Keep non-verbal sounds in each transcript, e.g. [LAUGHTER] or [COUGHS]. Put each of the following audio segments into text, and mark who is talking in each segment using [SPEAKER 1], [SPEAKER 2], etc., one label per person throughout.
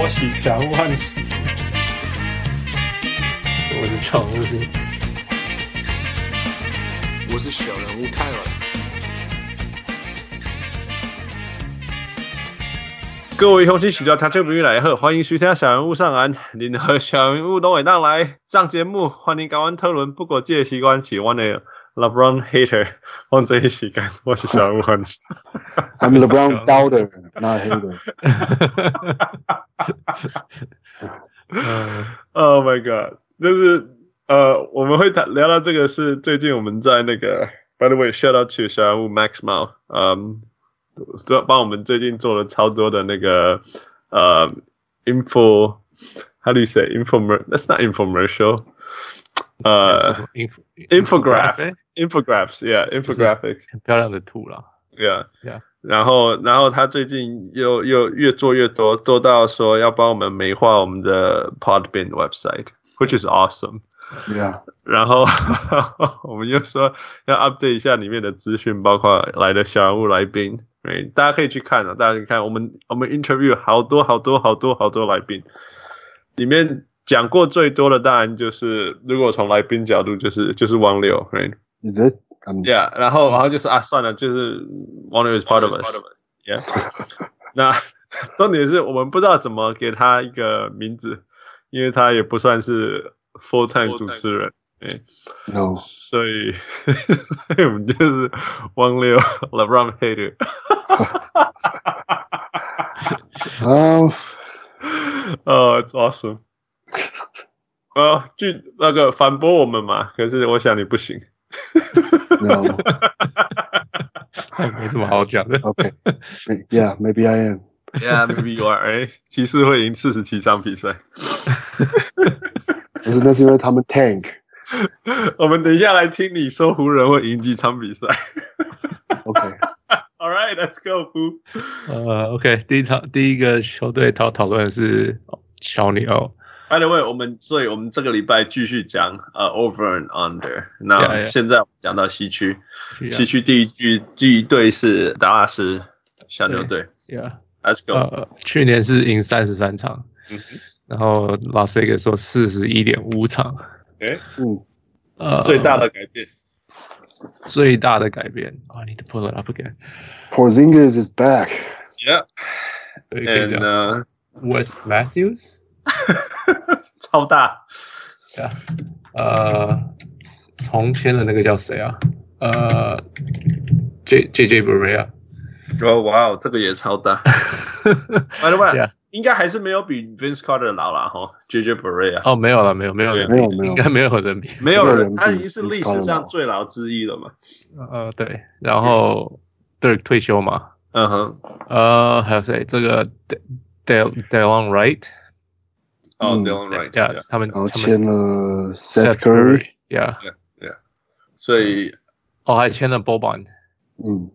[SPEAKER 1] 我喜祥万喜，
[SPEAKER 2] 我是常务兵，
[SPEAKER 3] 我是小人物泰尔。
[SPEAKER 2] 各位乡亲喜欢茶这名来喝，欢迎徐家小人物上岸，任何小人物都会上来上节目，欢迎港湾特伦不过界喜欢喜欢的 LeBron hater，放 [LAUGHS] 这一 [LAUGHS] 时间，我是小人物欢喜。
[SPEAKER 4] [LAUGHS] I'm LeBron doubter, not hater。
[SPEAKER 2] [LAUGHS] Oh my god！就是呃，我们会谈聊到这个是最近我们在那个，by the way，shout out to 小人物 Max Mao，嗯，都帮我们最近做了超多的那个呃 info。How do you say infomer? That's not infomercial. 呃、
[SPEAKER 5] info
[SPEAKER 2] infograph infographics, yeah, infographics,
[SPEAKER 5] 很漂亮的图啦。
[SPEAKER 2] yeah,
[SPEAKER 5] Yeah.
[SPEAKER 2] 然后，然后他最近又又越做越多，做到说要帮我们美化我们的 Podbean website，which is awesome。
[SPEAKER 4] Yeah，
[SPEAKER 2] 然后 [LAUGHS] 我们就说要 update 一下里面的资讯，包括来的小人物来宾，对，大家可以去看啊，大家可以看我们我们 interview 好多好多好多好多来宾，里面讲过最多的当然就是，如果从来宾角度就是就是汪六，right？
[SPEAKER 4] is it？嗯
[SPEAKER 2] Yeah，然后然后就是啊，算了，就是网友 is part of us。Yeah，那 [LAUGHS] 重点是我们不知道怎么给他一个名字，因为他也不算是 full time 主持人，
[SPEAKER 4] ，No，
[SPEAKER 2] 所以 [LAUGHS] 所以我们就是汪六 [LAUGHS] LeBron Hater。
[SPEAKER 4] 嗯，
[SPEAKER 2] 哦、i t s awesome。呃，据那个反驳我们嘛，可是我想你不行。
[SPEAKER 4] No.
[SPEAKER 2] 哎
[SPEAKER 5] 没什么好讲的。
[SPEAKER 4] Okay. Yeah, maybe I am.
[SPEAKER 2] Yeah, maybe you are. 哎，骑士会赢四十七场比赛。
[SPEAKER 4] 不是，那是因为他们 tank。
[SPEAKER 2] 我们等一下来听你说湖人会赢几场比赛。
[SPEAKER 4] OK，
[SPEAKER 2] All right, let's go, boo.
[SPEAKER 5] 呃，OK，第一场第一个球队讨讨论的是小牛，
[SPEAKER 2] By the way，我们所以我们这个礼拜继续讲呃、over and under。那
[SPEAKER 5] Yeah, yeah.
[SPEAKER 2] 现在我们讲到西区西区第一局第一队是达拉斯小牛队。
[SPEAKER 5] ，Yeah，
[SPEAKER 2] Let's go，、
[SPEAKER 5] 呃，去年是赢三十三场，
[SPEAKER 2] 啊嗯
[SPEAKER 5] 然后拉斯维加斯说四十一点五场，
[SPEAKER 4] 嗯，
[SPEAKER 5] 呃，
[SPEAKER 2] 最大的改变。
[SPEAKER 5] 最大的改变啊、你 n e e d to pull it up again，
[SPEAKER 4] Porzingis is back.
[SPEAKER 2] Yeah，
[SPEAKER 5] 对，可以
[SPEAKER 2] and
[SPEAKER 5] 讲、
[SPEAKER 2] 呃
[SPEAKER 5] West Matthews，
[SPEAKER 2] 超大。
[SPEAKER 5] [LAUGHS] 对啊，呃，从前的那个叫谁啊？呃，J J J Barea，
[SPEAKER 2] 哦，哇哦，这个也超大。By the way，、
[SPEAKER 5] Yeah
[SPEAKER 2] 应该还是没有比 Vince Carter 老了哈。JJ Barea，、
[SPEAKER 5] [LAUGHS] 哦，没有了，没有，没有人比，
[SPEAKER 4] 没有没有
[SPEAKER 5] 应该没有人比。
[SPEAKER 2] 没有
[SPEAKER 4] 没有
[SPEAKER 2] 人，
[SPEAKER 4] 人
[SPEAKER 2] 他
[SPEAKER 4] 比
[SPEAKER 2] 已经是
[SPEAKER 4] Vince
[SPEAKER 2] 历
[SPEAKER 4] Carter
[SPEAKER 2] 史上
[SPEAKER 4] 老
[SPEAKER 2] 最老之一了嘛。
[SPEAKER 5] 呃，对，然后 Dirk 退休嘛，
[SPEAKER 2] 嗯哼，
[SPEAKER 5] 呃，还有谁？这个 Del Delon Wright，
[SPEAKER 2] 哦、
[SPEAKER 4] 嗯
[SPEAKER 2] d y l a n Wright，
[SPEAKER 5] 对啊
[SPEAKER 2] yeah，
[SPEAKER 5] 他们
[SPEAKER 4] 然后
[SPEAKER 5] 他们
[SPEAKER 4] 签了 Seth
[SPEAKER 5] Seth
[SPEAKER 4] Curry。
[SPEAKER 5] Curry，yeah，
[SPEAKER 2] 所以
[SPEAKER 5] 哦，还签了 Boban，
[SPEAKER 4] 嗯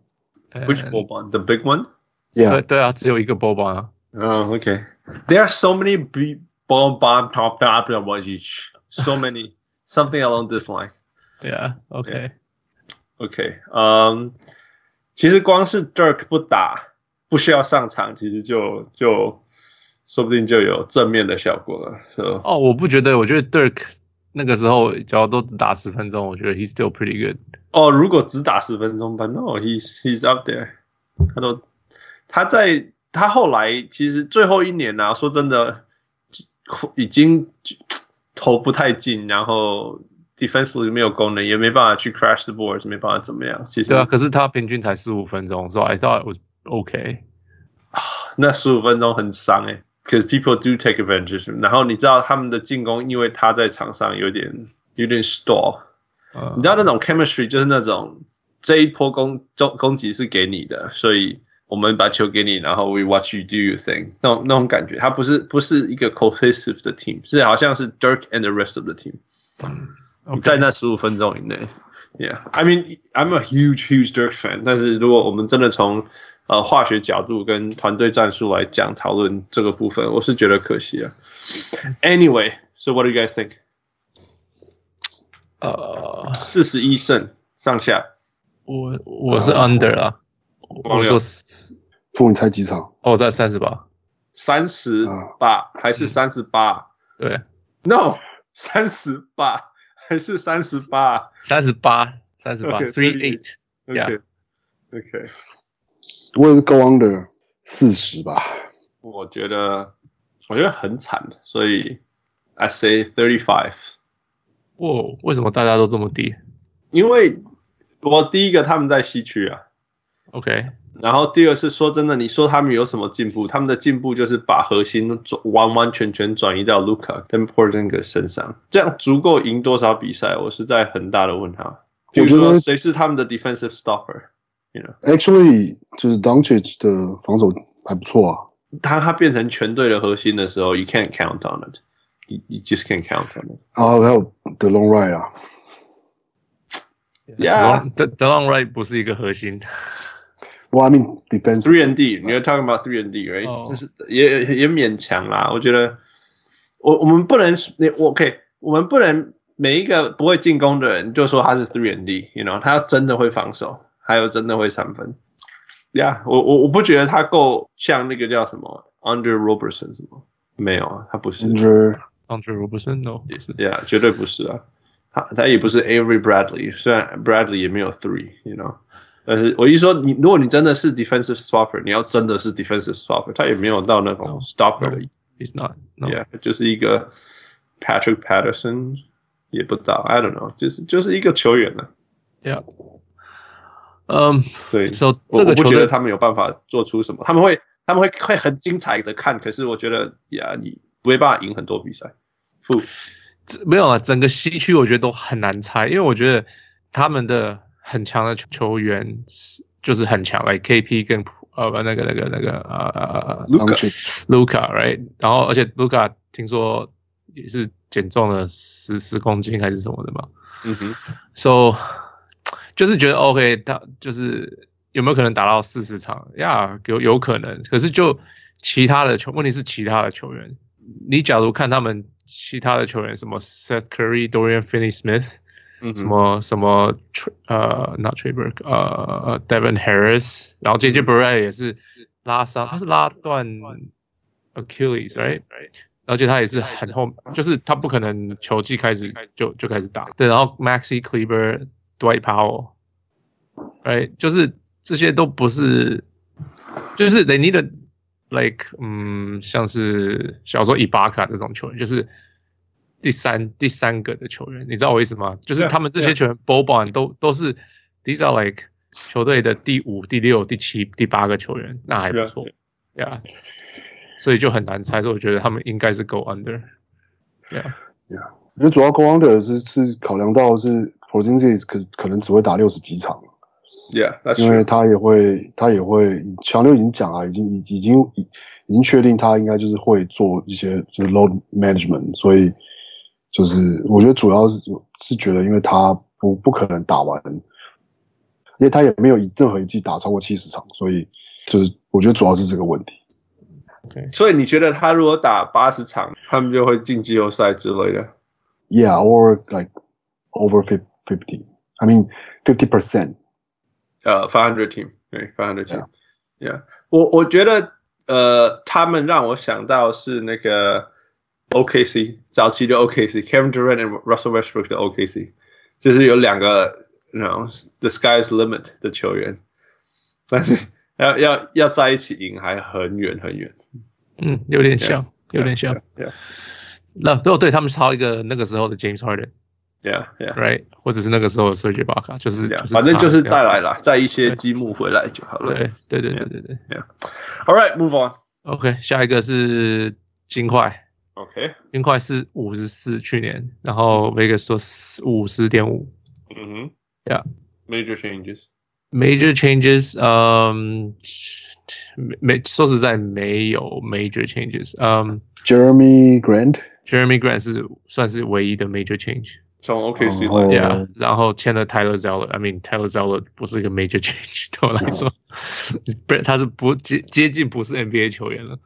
[SPEAKER 2] Which
[SPEAKER 5] 呃
[SPEAKER 2] Boban? The big one?
[SPEAKER 5] 对
[SPEAKER 4] ，Yeah，
[SPEAKER 5] 对啊，只有一个 Boban 啊。
[SPEAKER 2] Oh, okay. There are so many b- Boban top top and one each. So many. Something along this line.
[SPEAKER 5] Yeah, OK，
[SPEAKER 2] Okay. 嗯、其实光是 Dirk 不打，不需要上场，其实就就说不定就有正面的效果了。So
[SPEAKER 5] 哦，我不觉得，我觉得 Dirk 那个时候只要都只打十分钟，我觉得 he's still pretty good。
[SPEAKER 2] 哦，如果只打十分钟吧，No，he's he's up there。他都他在他后来其实最后一年啊，说真的，已经投不太进，然后 defensively 没有功能，也没办法去 crash the boards，没办法怎么样。其实
[SPEAKER 5] 对啊，可是他平均才十五分钟，so I thought it was OK。
[SPEAKER 2] 那十五分钟很伤哎、c a u s e people do take advantage。然后你知道他们的进攻，因为他在场上有点有点 stall，
[SPEAKER 5] 呃
[SPEAKER 2] 你知道那种 chemistry 就是那种这一波攻攻攻击是给你的，所以我们把球给你，然后 we watch you do your thing，那种那种感觉，它不是不是一个 cohesive 的 team，是好像是 Dirk and the rest of the team，、
[SPEAKER 5] OK
[SPEAKER 2] 在那十五分钟以内。Yeah, I mean, I'm a huge, huge Dirk fan. 但是如果我们真的从呃化学角度跟团队战术来讲讨论这个部分，我是觉得可惜啊。Anyway, so what do you guys think?
[SPEAKER 5] 呃，
[SPEAKER 2] 四十一胜上下，
[SPEAKER 5] 我我是 under 啊，我
[SPEAKER 2] 了
[SPEAKER 5] 说是
[SPEAKER 4] 父母才几场？啊
[SPEAKER 5] 哦，我在三十八，
[SPEAKER 2] 三十八还是三十八
[SPEAKER 5] 对，
[SPEAKER 2] ？No，三十八还是三十八
[SPEAKER 5] 三十八，三十八
[SPEAKER 2] Okay,
[SPEAKER 5] ，three
[SPEAKER 2] three
[SPEAKER 5] eight，
[SPEAKER 2] ？OK OK，
[SPEAKER 4] 我也是 go under 四十吧。
[SPEAKER 2] 我觉得我觉得很惨，所以 I say thirty five。
[SPEAKER 5] 哇，为什么大家都这么低
[SPEAKER 2] 因为我第一个他们在西区啊，
[SPEAKER 5] ？OK，
[SPEAKER 2] 然后第二是说真的，你说他们有什么进步？他们的进步就是把核心转完完全全转移到 Luca 跟 Porzinger 身上，这样足够赢多少比赛？我是在很大的问号。比如
[SPEAKER 4] 我觉
[SPEAKER 2] 说
[SPEAKER 4] 得
[SPEAKER 2] 谁是他们的 defensive stopper？
[SPEAKER 4] Actually，就是 Doncic 的防守还不错啊。
[SPEAKER 2] 当他变成全队的核心的时候，you can't count on it。You, you just can't count on it.
[SPEAKER 4] 然后还有 The Long Ride 啊，
[SPEAKER 2] Yeah,
[SPEAKER 5] 德德朗 right 不是一个核心，
[SPEAKER 4] 哇，I mean defense，
[SPEAKER 2] three and D. You're talking about three and D, right?
[SPEAKER 5] 哦
[SPEAKER 2] 就是也也也勉强啦。我觉得，我我们不能，我 OK，我们不能每一个不会进攻的人就说他是 three and D，you know，他真的会防守，还有真的会三分。呀、yeah,，我我我不觉得他够像那个叫什么 Under Robertson 什么，没有啊，他不是
[SPEAKER 4] Injure，
[SPEAKER 5] a n d r e w Robertson no 不是，
[SPEAKER 2] ，Yeah，绝对不是啊。他他也不是 Avery Bradley，虽然 Bradley 也没有 three，you know。但是我一说你，如果你真的是 defensive stopper，你要真的是 defensive stopper，他也没有到那
[SPEAKER 5] No,
[SPEAKER 2] 种 stopper 的
[SPEAKER 5] he's not no
[SPEAKER 2] ，yeah，就是一个 Patrick Patterson 也不到，I don't know，就是就是一个球员啊呢、
[SPEAKER 5] yeah，嗯，
[SPEAKER 2] 对，
[SPEAKER 5] so
[SPEAKER 2] 我
[SPEAKER 5] 这个
[SPEAKER 2] 我不
[SPEAKER 5] 球
[SPEAKER 2] 觉得
[SPEAKER 5] 队
[SPEAKER 2] 他们有办法做出什么，他们会他们会会很精彩的看，可是我觉得呀，你没办法赢很多比赛。负
[SPEAKER 5] 这没有啊，整个西区我觉得都很难猜，因为我觉得他们的很强的球球员是就是很强，like KP 跟呃不那个那个那个呃
[SPEAKER 4] Doncic，
[SPEAKER 5] Luca right，然后而且 Luca 听说也是减重了十十公斤还是什么的嘛
[SPEAKER 2] 嗯哼，
[SPEAKER 5] ，so 就是觉得 OK，他就是有没有可能打到四十场呀有有可能，可是就其他的球，问题是其他的球员，你假如看他们其他的球员，什么 Seth Curry、Dorian Finney-Smith，
[SPEAKER 2] 嗯哼
[SPEAKER 5] 什么什么 Tr- 呃，not t r a b e r 呃，Devin Harris，然后 JJ Barrett 也是拉伤，他是拉嗯断 Achilles，right？而且他也是很后，就是他不可能球季开始就就开始打。对，然后 Maxi Kleber、Dwight Powell，right？就是这些都不是，就是 they need a like 嗯，像是小时候伊巴卡这种球员，就是第三第三个的球员，你知道我意思吗？就是他们这些
[SPEAKER 2] Yeah,
[SPEAKER 5] 球员 Boban 都都是 these are like 球队的第五、第六、第七、第八个球员，那还不错，yeah，所以就很难猜，所以我觉得他们应该是 go under，yeah，
[SPEAKER 4] 因为主要 go under 是是考量到是 p o r z i n g i s 可可能只会打六十几场，
[SPEAKER 2] ，Yeah，that's
[SPEAKER 4] 因
[SPEAKER 2] true
[SPEAKER 4] 为。他也会他也会强六已经讲啊，已经已已经已已经确定他应该就是会做一些就是 load management，所以就是我觉得主要是是觉得因为他不不可能打完，因为他也没有一任何一季打超过七十场，所以就是我觉得主要是这个问题。
[SPEAKER 2] 所以你觉得他如果打八十场，他们就会进季后赛之类的
[SPEAKER 4] Yeah, or like over fif- fifty. I mean fifty percent.
[SPEAKER 2] 呃 five hundred team 对 five hundred team yeah 我我觉得呃他们让我想到是那个 OKC 早期的 OKC Kevin Durant and Russell Westbrook 的 OKC 就是有两个 you know the sky's limit 的球员，但是要要要在一起赢还很远很远
[SPEAKER 5] 嗯，有点像，有点像。
[SPEAKER 2] yeah
[SPEAKER 5] 那哦，对他们超一个那个时候的 James Harden，right，
[SPEAKER 2] yeah yeah
[SPEAKER 5] 或者是那个时候的 Serge Ibaka，就是，
[SPEAKER 2] yeah 嗯反正就是再
[SPEAKER 5] 差
[SPEAKER 2] 来啦，再一些积木回来就好
[SPEAKER 5] 这样
[SPEAKER 2] 了。
[SPEAKER 5] 对对对对对对。
[SPEAKER 2] All right, move on.
[SPEAKER 5] OK，下一个是金块，
[SPEAKER 2] OK，
[SPEAKER 5] 金块是五十四去年，然后 Vegas 说五十点五。
[SPEAKER 2] 嗯哼
[SPEAKER 5] Yeah.
[SPEAKER 2] Mm-hmm. Major changes.
[SPEAKER 5] Major changes，嗯，没没说实在没有 major changes，嗯
[SPEAKER 4] Jeremy Grant，
[SPEAKER 5] ，Jeremy Grant 是算是唯一的 major change。
[SPEAKER 2] 从 OKC
[SPEAKER 4] 哦
[SPEAKER 2] 来
[SPEAKER 5] Yeah，然后签了 Tyler Zeller，I mean Tyler Zeller 不是一个 major [LAUGHS] change 对我来说，不，他是不接接近不是 NBA 球员了。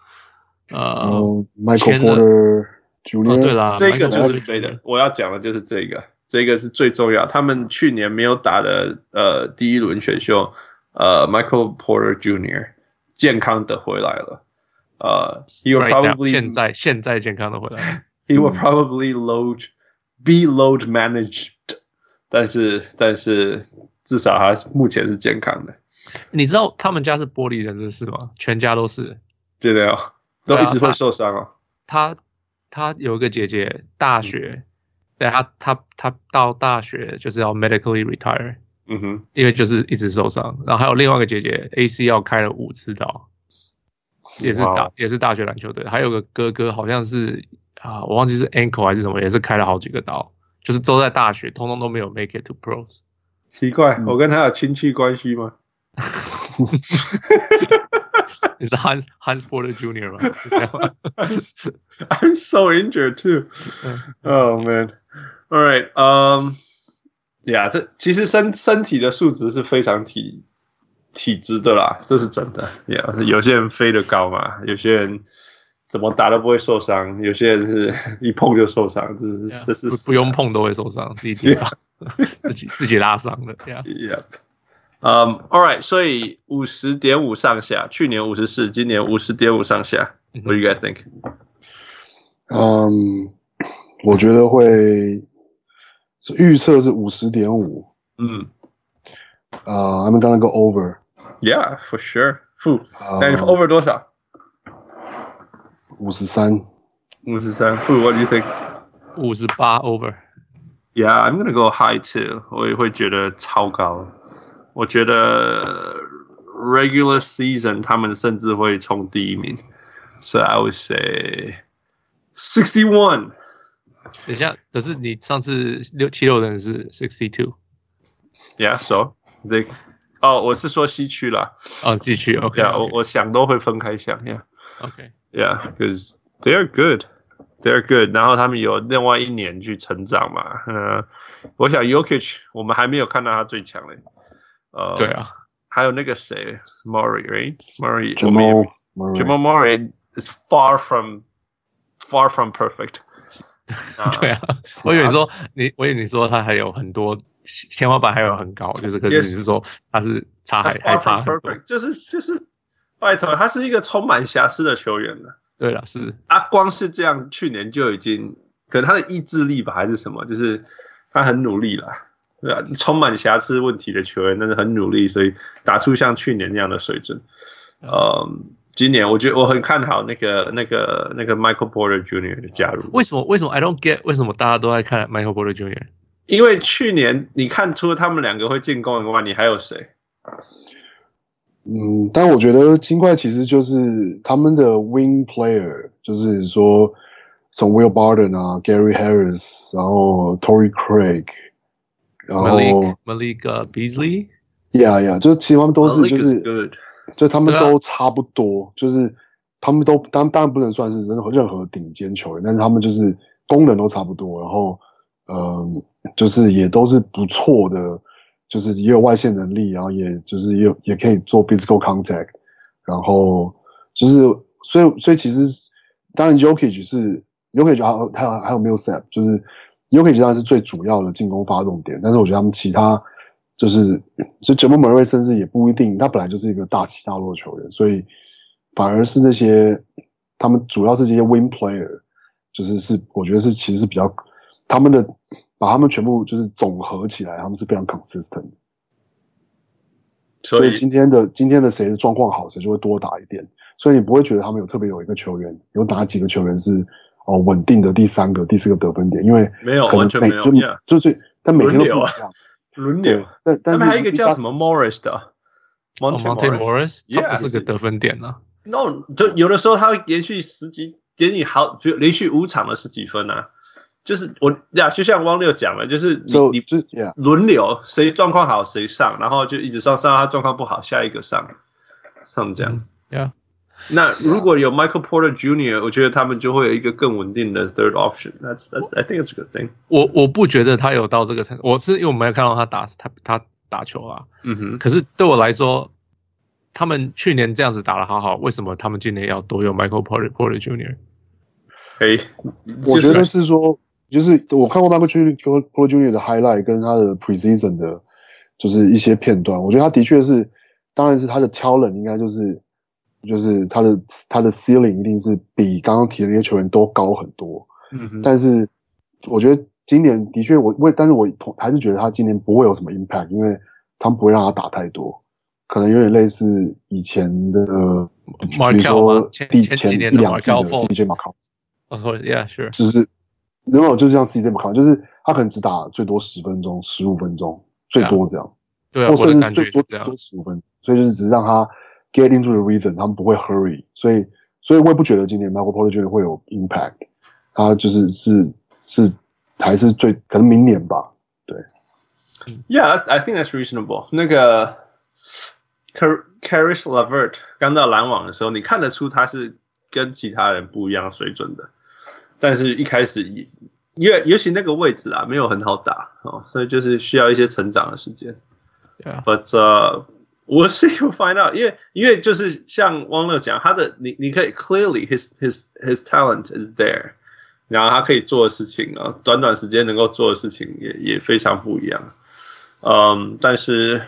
[SPEAKER 4] 然
[SPEAKER 5] 呃，
[SPEAKER 4] 后 Michael
[SPEAKER 5] 签了
[SPEAKER 4] Porter
[SPEAKER 5] 哦
[SPEAKER 4] Jr.，
[SPEAKER 5] 对啦，
[SPEAKER 2] 这个就是
[SPEAKER 5] Michael Porter
[SPEAKER 2] 对的。我要讲的就是这个，这个是最重要。他们去年没有打的呃第一轮选秀，呃 Michael Porter Jr. 健康的回来了， uh, he will
[SPEAKER 5] right now，
[SPEAKER 2] probably
[SPEAKER 5] 现在现在健康的回来，
[SPEAKER 2] he will probably load be load managed，但是但是至少他目前是健康的，
[SPEAKER 5] 你知道他们家是玻璃人这是吗？全家都是。
[SPEAKER 2] 真的哦，都
[SPEAKER 5] 对啊
[SPEAKER 2] 一直会
[SPEAKER 5] 他
[SPEAKER 2] 受伤哦。
[SPEAKER 5] 他他有一个姐姐，大学，对他他他到大学就是要 medically retire，
[SPEAKER 2] 嗯哼，
[SPEAKER 5] 因为就是一直受伤。然后还有另外一个姐姐 ACL 开了五次刀，也是
[SPEAKER 2] 哇
[SPEAKER 5] 大
[SPEAKER 2] 哦
[SPEAKER 5] 也是大学篮球队。还有个哥哥好像是啊，我忘记是 ankle 还是什么，也是开了好几个刀，就是都在大学，通通都没有 make it to pros。
[SPEAKER 2] 奇怪，
[SPEAKER 4] 嗯
[SPEAKER 2] 我跟他有亲戚关系吗？
[SPEAKER 5] 你是 Hans [LAUGHS] Hans Porter Jr. 吗？是这样吗
[SPEAKER 2] I'm so injured
[SPEAKER 5] [LAUGHS]
[SPEAKER 2] too.
[SPEAKER 5] 嗯
[SPEAKER 2] Oh man. All right. Um. Yeah，这其实身身体的素质是非常体体质的啦，这是真的。Yeah，有些人飞得高嘛，有些人怎么打都不会受伤，有些人是一碰就受伤，这是这 [LAUGHS] 是啊
[SPEAKER 5] 不不用碰都会受伤，自
[SPEAKER 2] [LAUGHS]
[SPEAKER 5] 己跌倒， [LAUGHS] 自己自己拉伤的这样。
[SPEAKER 2] Yep. Um. All right. 所以五十点五上下，去年五十四，今年五十点五上下。
[SPEAKER 5] 嗯
[SPEAKER 2] What do you guys think?
[SPEAKER 4] 嗯，我觉得会是预测是五十点五，
[SPEAKER 2] 嗯
[SPEAKER 4] 呃，I'm gonna go over，
[SPEAKER 2] ，Yeah, for sure. 负，
[SPEAKER 4] 呃
[SPEAKER 2] 那你 over 多少？
[SPEAKER 4] 五十三，
[SPEAKER 2] 五十三负，What do you think?
[SPEAKER 5] 五十八 over。
[SPEAKER 2] Yeah, I'm gonna go high too. 我也会觉得超高。我觉得呃 regular season 他们甚至会冲第一名，so I would say sixty one.
[SPEAKER 5] 等一下，可是你上次六七六人是 sixty two
[SPEAKER 2] Yeah, so they 哦，我是说西区啦。
[SPEAKER 5] 哦，继续 OK，
[SPEAKER 2] Yeah，我我想都会分开想。Yeah,
[SPEAKER 5] OK，
[SPEAKER 2] yeah, because they are good. They're good，然后他们有另外一年去成长嘛，呃，我想 Yokich 我们还没有看到他最强嘞，呃，
[SPEAKER 5] 对啊，
[SPEAKER 2] 还有那个谁，Murray right，Murray，
[SPEAKER 4] j
[SPEAKER 2] 我
[SPEAKER 4] a
[SPEAKER 2] 们也
[SPEAKER 4] m a Murray，
[SPEAKER 2] Jamal Murray is far from far from perfect Uh, 啊。
[SPEAKER 5] [LAUGHS] 对啊，我以为你说你，我以为你说他还有很多天花板还有很高，就是可是
[SPEAKER 2] Yes
[SPEAKER 5] 你是说他是差
[SPEAKER 2] 他
[SPEAKER 5] 还还
[SPEAKER 2] far
[SPEAKER 5] 差
[SPEAKER 2] from
[SPEAKER 5] 很多，
[SPEAKER 2] perfect，就是就是，拜托，他是一个充满瑕疵的球员的。
[SPEAKER 5] 对了，是
[SPEAKER 2] 啊，光是这样，去年就已经，可能他的意志力吧，还是什么，就是他很努力啦。对啊，充满瑕疵问题的球员，但是很努力，所以打出像去年那样的水准。嗯，今年我觉得我很看好那个那个那个 Michael Porter Jr. 的加入。
[SPEAKER 5] 为什么为什么 I don't get 为什么大家都在看 Michael Porter Jr.
[SPEAKER 2] 因为去年你看除了他们两个会进攻以外，你还有谁？
[SPEAKER 4] 嗯，但我觉得金块其实就是他们的 wing player，就是说从 Will Barton 啊，Gary Harris，然后 Tory Craig，然
[SPEAKER 5] 哦
[SPEAKER 4] 后
[SPEAKER 5] Malik Malik 呃 Beasley
[SPEAKER 4] Yeah Yeah，就是其实他们都是
[SPEAKER 2] Malik
[SPEAKER 4] 就
[SPEAKER 2] is
[SPEAKER 4] 是
[SPEAKER 2] good，
[SPEAKER 4] 就他们
[SPEAKER 5] 对啊
[SPEAKER 4] 都差不多，就是他们都当当然不能算是任何任何顶尖球员，但是他们就是功能都差不多，然后嗯，就是也都是不错的，就是也有外线能力，然后也就是也有也可以做 physical contact，然后就是所以所以其实当然 Jokic 是 Jokic 还有还有还有 Millsap，就是 Jokic 当然是最主要的进攻发动点，但是我觉得他们其他就是就杰莫·门瑞甚至也不一定，他本来就是一个大起大落的球员，所以反而是这些他们主要是这些 win player，就是是我觉得是其实是比较他们的把他们全部就是总合起来，他们是非常 consistent 的。
[SPEAKER 2] 所以
[SPEAKER 4] 今天的今天的谁的状况好，谁就会多打一点，所以你不会觉得他们有特别有一个球员有哪几个球员是哦稳定的第三个、第四个得分点，因为
[SPEAKER 2] 没有
[SPEAKER 4] 可能
[SPEAKER 2] 完全
[SPEAKER 4] 每
[SPEAKER 2] 没有
[SPEAKER 4] 就
[SPEAKER 2] yeah
[SPEAKER 4] 就是但每天都不一
[SPEAKER 2] 轮流啊
[SPEAKER 4] 样，
[SPEAKER 2] 轮
[SPEAKER 4] 对
[SPEAKER 2] 流。，
[SPEAKER 4] 但
[SPEAKER 2] 他
[SPEAKER 4] 但是
[SPEAKER 2] 们还有一个
[SPEAKER 4] 般
[SPEAKER 2] 叫什么 Morris 的啊
[SPEAKER 5] 哦 Monte
[SPEAKER 2] Morris。
[SPEAKER 5] Morris，他
[SPEAKER 2] Yeah，
[SPEAKER 5] 不是个
[SPEAKER 2] 是
[SPEAKER 5] 得分点啊，
[SPEAKER 2] No，就有的时候他会连续十几，给你好，就连续五场的十几分啊。就是我呀，就像汪六讲了，就是你
[SPEAKER 4] 就
[SPEAKER 2] 你
[SPEAKER 4] 就是 yeah。
[SPEAKER 2] 轮流，谁状况好谁上，然后就一直上上到他状况不好，下一个上，上这样。
[SPEAKER 4] 嗯
[SPEAKER 5] ，Yeah，
[SPEAKER 2] 那如果有 Michael Porter Jr.，我觉得他们就会有一个更稳定的 third option。That's that's I think it's a good thing。
[SPEAKER 5] 我我不觉得他有到这个程度，我是因为我没有看到他打他他打球啊，
[SPEAKER 2] 嗯哼，
[SPEAKER 5] 可是对我来说，他们去年这样子打得好好，为什么他们今年要多用 Michael Porter Porter Jr.？
[SPEAKER 2] 可以。
[SPEAKER 4] 我觉得是说，就是我看过 Michael Junior Pro Junior 的 highlight 跟他的 preseason 的，就是一些片段，我觉得他的确是，当然是他的超人应该就是就是他的他的 ceiling 一定是比刚刚提的那些球员都高很多。
[SPEAKER 2] 嗯哼，
[SPEAKER 4] 但是我觉得今年的确我，我但是我同还是觉得他今年不会有什么 impact，因为他们不会让他打太多，可能有点类似以前的，比如
[SPEAKER 5] Markel 吗
[SPEAKER 4] 说
[SPEAKER 5] 前
[SPEAKER 4] 第
[SPEAKER 5] 前几
[SPEAKER 4] 前
[SPEAKER 5] 年
[SPEAKER 4] 一
[SPEAKER 5] 的
[SPEAKER 4] 两季的
[SPEAKER 5] Markel Fultz
[SPEAKER 4] CJ 马考，
[SPEAKER 5] Oh, sorry, yeah, sure.
[SPEAKER 4] 就是没有就像 CJ 马考，就是他可能只打最多十分钟、十五分钟，最多这样，
[SPEAKER 5] 对啊，
[SPEAKER 4] 或
[SPEAKER 5] 我的
[SPEAKER 4] 甚至
[SPEAKER 5] 感
[SPEAKER 4] 是
[SPEAKER 5] 觉是
[SPEAKER 4] 最多
[SPEAKER 5] 这
[SPEAKER 4] 只
[SPEAKER 5] 样。
[SPEAKER 4] 做十五分钟，所以就是只是让他 get into the rhythm，他们不会 hurry，所以所以我也不觉得今年 Michael Porter Jr. 会有 impact，他就是是是还是最可能明年吧，
[SPEAKER 2] Yeah, I I think that's reasonable. 那个 Car Carish Lavert 刚到篮网的时候，你看得出他是跟其他人不一样水准的，但是一开始也也尤其那个位置啊，没有很好打哦，所以就是需要一些成长的时间。
[SPEAKER 5] Yeah.
[SPEAKER 2] But 呃、we'll see, we'll find out. 因为因为就是像汪乐讲，他的你你可以 clearly his his his talent is there，然后他可以做的事情啊，短短时间能够做的事情也也非常不一样。嗯，但是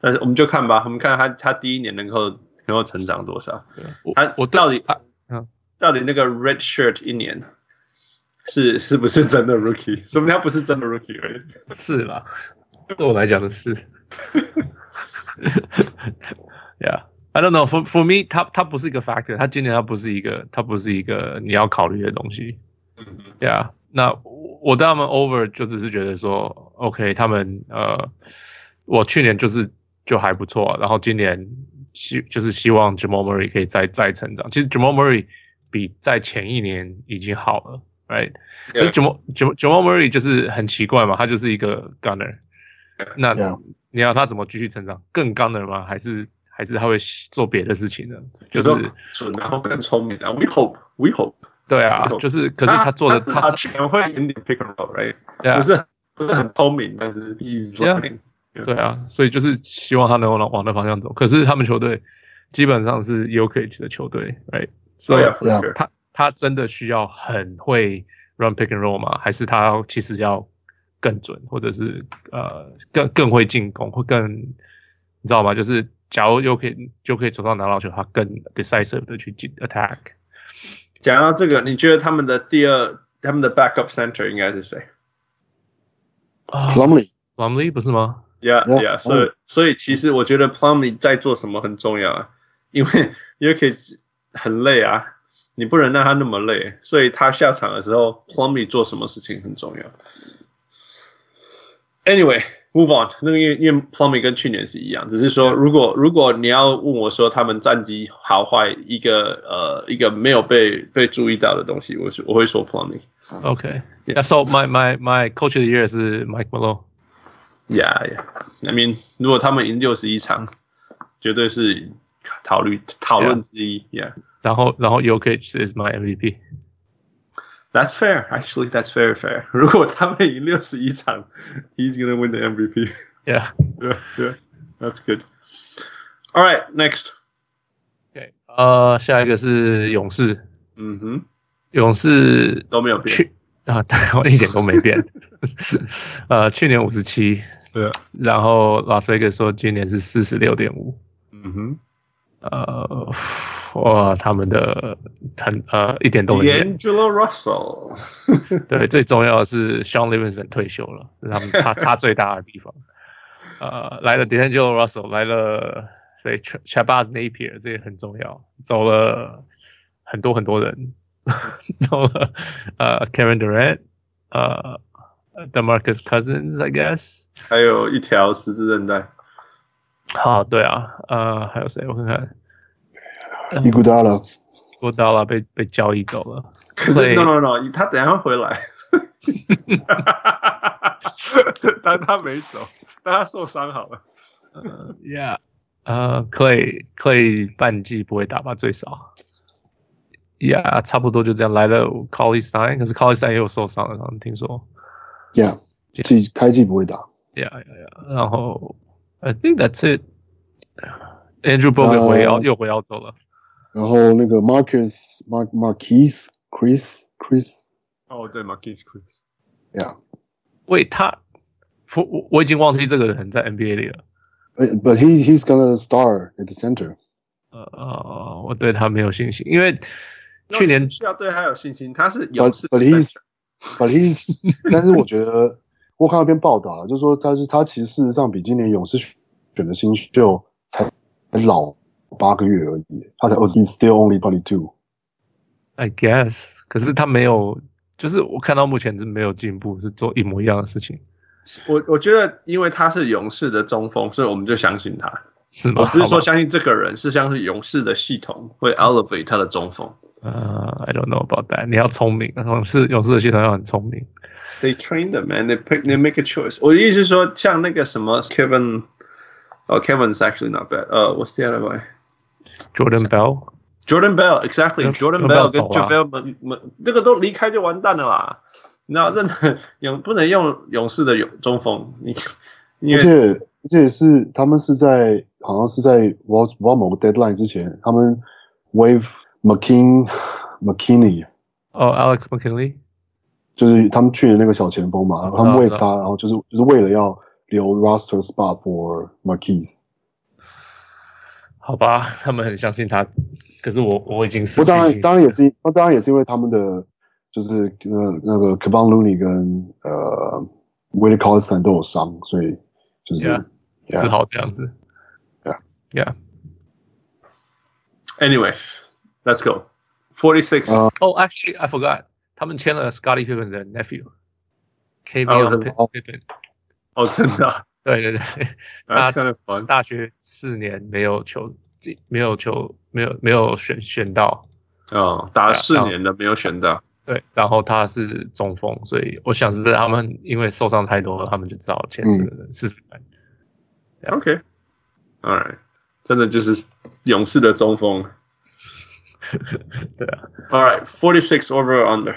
[SPEAKER 2] 但是我们就看吧，我们看他他第一年能够能够成长多少，
[SPEAKER 5] 我
[SPEAKER 2] 他
[SPEAKER 5] 我对
[SPEAKER 2] 到底
[SPEAKER 5] 啊嗯
[SPEAKER 2] 到底那个 red shirt 一年是是不是真的 rookie？说明他不是真的 rookie 而已。
[SPEAKER 5] 是啦，对我来讲的是。yeah, I don't know. For for me，他他不是一个 factor，他今年他不是一个他不是一个你要考虑的东西。Yeah，那我我对他们 over 就只是觉得说，OK，他们呃，我去年就是就还不错，啊然后今年希就是希望 Jamal Murray 可以再再成长。其实 Jamal Murray 比在前一年已经好了，right？可是 Jamal Jamal Jamal Murray 就是很奇怪嘛，他就是一个 gunner，那
[SPEAKER 4] Yeah.
[SPEAKER 5] 你要他怎么继续成长？更 gunner 吗？还是还是他会做别的事情呢？就
[SPEAKER 2] 有
[SPEAKER 5] 是
[SPEAKER 2] 时候准，然后更聪明啊。We hope, we hope。
[SPEAKER 5] 对啊，
[SPEAKER 2] 有
[SPEAKER 5] 就是可是他做的
[SPEAKER 2] 至少全会有点 pick and roll，right？
[SPEAKER 5] 对啊
[SPEAKER 2] 不是不是很聪明，但是 he's
[SPEAKER 5] Yeah.
[SPEAKER 2] learning。
[SPEAKER 5] 对啊，所以就是希望他能往往那方向走。可是他们球队基本上是 u k 的球队，right？所以
[SPEAKER 2] yeah, for
[SPEAKER 4] Yeah.
[SPEAKER 2] Oh sure.
[SPEAKER 5] 他他真的需要很会 run pick and roll 吗？还是他要其实要更准，或者是呃更更会进攻，会更你知道吗？就是假如 u k 就可以手上拿到球，他更 decisive 的去进 attack。
[SPEAKER 2] 讲到这个，你觉得他们的第二，他们的 backup center 应该是谁
[SPEAKER 5] 啊
[SPEAKER 4] Plumlee
[SPEAKER 5] Plumlee 不是吗？
[SPEAKER 2] ？Yeah, yeah.
[SPEAKER 4] Yeah.
[SPEAKER 2] 所以所以其实我觉得 Plumlee 在做什么很重要啊，因为 u k 很累啊，你不能让他那么累，所以他下场的时候，Plumlee 做什么事情很重要。Anyway, move on。那个因为因为 Plumlee 跟去年是一样，只是说如果如果你要问我说他们战绩好坏，一个呃一个没有被被注意到的东西，我是我会说 Plumlee。
[SPEAKER 5] OK，yeah. So my my my coach of the year 是 Mike Malone。
[SPEAKER 2] Yeah, yeah. I mean，如果他们赢六十一场，绝对是考虑讨论之一。Yeah,
[SPEAKER 5] 然后然后 UK 是 my MVP。
[SPEAKER 2] that's fair. Actually, that's very fair. [LAUGHS] 如果他们赢六十一场，he's gonna win the MVP.
[SPEAKER 5] Yeah.
[SPEAKER 2] [LAUGHS] Yeah, yeah. That's good. All right, next.
[SPEAKER 5] OK，呃，下一个是勇士，
[SPEAKER 2] 嗯哼，
[SPEAKER 5] 勇士
[SPEAKER 2] 都没有变。
[SPEAKER 5] 去啊，对，我一点都没变。 [LAUGHS] 呃，去年五十七，
[SPEAKER 2] 对啊
[SPEAKER 5] 然后拉斯维加斯说今年是四十六点五。
[SPEAKER 2] 嗯哼
[SPEAKER 5] 呃，哇，他们的很呃一点都没变。
[SPEAKER 2] ，D'Angelo Russell。
[SPEAKER 5] 对，最重要的是 Sean Livingston 退休了，是他们差差最大的地方。呃，来了 D'Angelo Russell，来了谁 Ch- Shabazz Napier，这也很重要。走了很多很多人， [LAUGHS] 走了呃 Kevin Durant，呃 Demarcus Cousins，I guess。
[SPEAKER 2] 还有一条十字韧带。
[SPEAKER 5] 好，对啊，呃，还有谁？我看看嗯
[SPEAKER 4] 伊古达拉，
[SPEAKER 5] g o d a l a 被被交易走了。
[SPEAKER 2] 可
[SPEAKER 5] 对
[SPEAKER 2] 是 no no no，他等一下会回
[SPEAKER 5] [LAUGHS]
[SPEAKER 2] 来。 [LAUGHS] 但他没走，但他受伤好了。
[SPEAKER 5] 呃，Yeah，呃，Clay Clay 半季不会打吧，最少。Yeah，差不多就这样。来了 Collie Stein，可是 Collie Stein 也有受伤了，好像听说。
[SPEAKER 4] yeah，季开季不会打，
[SPEAKER 5] Yeah yeah yeah。然后 I think that's it。Andrew Bogut 回澳、
[SPEAKER 4] 呃
[SPEAKER 5] 又回澳洲了。
[SPEAKER 4] 然后那个 Marcus Mark Marquis Chris Chris
[SPEAKER 2] 哦，对 m a r q u i s Chris。
[SPEAKER 4] yeah，
[SPEAKER 5] 喂，他，我我我已经忘记这个人在 NBA 里了。
[SPEAKER 4] 呃 but he he's gonna start at the center，
[SPEAKER 5] 呃，我对他没有信心，因为去年
[SPEAKER 2] 需要对他有信心，他是勇
[SPEAKER 4] but
[SPEAKER 2] 士
[SPEAKER 4] but
[SPEAKER 2] 第三
[SPEAKER 4] he's
[SPEAKER 2] 选
[SPEAKER 4] but he's，但是我觉得我看到一篇报道，啊就是说他是他其实事实上比今年勇士选的新秀才才老八个月而已，他才二十 still only twenty two。
[SPEAKER 5] I guess，可是他没有，就是我看到目前是没有进步，是做一模一样的事情，
[SPEAKER 2] 我我觉得，因为他是勇士的中锋，所以我们就相信他。
[SPEAKER 5] 是吗？
[SPEAKER 2] 我不是
[SPEAKER 5] 好
[SPEAKER 2] 说
[SPEAKER 5] 吧
[SPEAKER 2] 相信这个人，是相信勇士的系统会 elevate 他的中锋。
[SPEAKER 5] 呃，I don't know about that，你要聪明，勇士勇士的系统要很聪明。
[SPEAKER 2] They train them and they pick, they make a choice. 我的意思是说，像那个什么 Kevin，哦、Kevin's actually not bad. 呃、w h a t s the other guy?
[SPEAKER 5] Jordan Bell，
[SPEAKER 2] Jordan Bell, exactly.
[SPEAKER 5] Jordan
[SPEAKER 2] Jordan Bell
[SPEAKER 5] Bell
[SPEAKER 2] 跟
[SPEAKER 5] 走啊了
[SPEAKER 2] JaVale m 这个都离开就完蛋了啦。你知道，真的勇不能用勇士的勇中锋，你因
[SPEAKER 4] 而
[SPEAKER 2] 为
[SPEAKER 4] 且而且是他们是在好像是在我不知道某个 deadline 之前，他们 wave McKin [LAUGHS] McKinney，
[SPEAKER 5] 哦，Alex McKinley，
[SPEAKER 4] 就是他们去年那个小前锋嘛，他们
[SPEAKER 5] 我知
[SPEAKER 4] wave
[SPEAKER 5] 道
[SPEAKER 4] 他，然后就是就是为了要留 roster spot for Marquise。
[SPEAKER 5] 好吧，他们很相信他，可是我我已经失
[SPEAKER 4] 不，
[SPEAKER 5] 去信
[SPEAKER 4] 当然
[SPEAKER 5] 心
[SPEAKER 4] 当然也是，那当然也是因为他们的就是呃那个 k a b a n Looney 跟呃 Willie Collins 都有伤，所以就是
[SPEAKER 5] Yeah，只好这样子。
[SPEAKER 4] Yeah
[SPEAKER 5] Yeah.
[SPEAKER 2] anyway, let's go. Forty six. [LAUGHS]
[SPEAKER 4] Uh,
[SPEAKER 5] Oh, actually, I forgot. 他们签了 Scotty Pippen 的 nephew,
[SPEAKER 2] Oh,
[SPEAKER 5] Kevin Pippen.
[SPEAKER 4] 哦
[SPEAKER 5] Pippen
[SPEAKER 2] 哦，真的啊
[SPEAKER 5] 对对对， [LAUGHS]
[SPEAKER 2] ，That's kind of fun.
[SPEAKER 5] 大学四年没有球，没有球，没有没有选选到。
[SPEAKER 2] 哦，打了四
[SPEAKER 5] 然后
[SPEAKER 2] 年了，没有选到。
[SPEAKER 5] 对，然后他是中锋，所以我想是他们因为受伤太多了，他们就只好签这
[SPEAKER 4] 嗯
[SPEAKER 5] 个人试试看。
[SPEAKER 2] OK，all right，真的就是勇士的中锋。
[SPEAKER 5] 对啊，
[SPEAKER 2] All right，forty six over or under，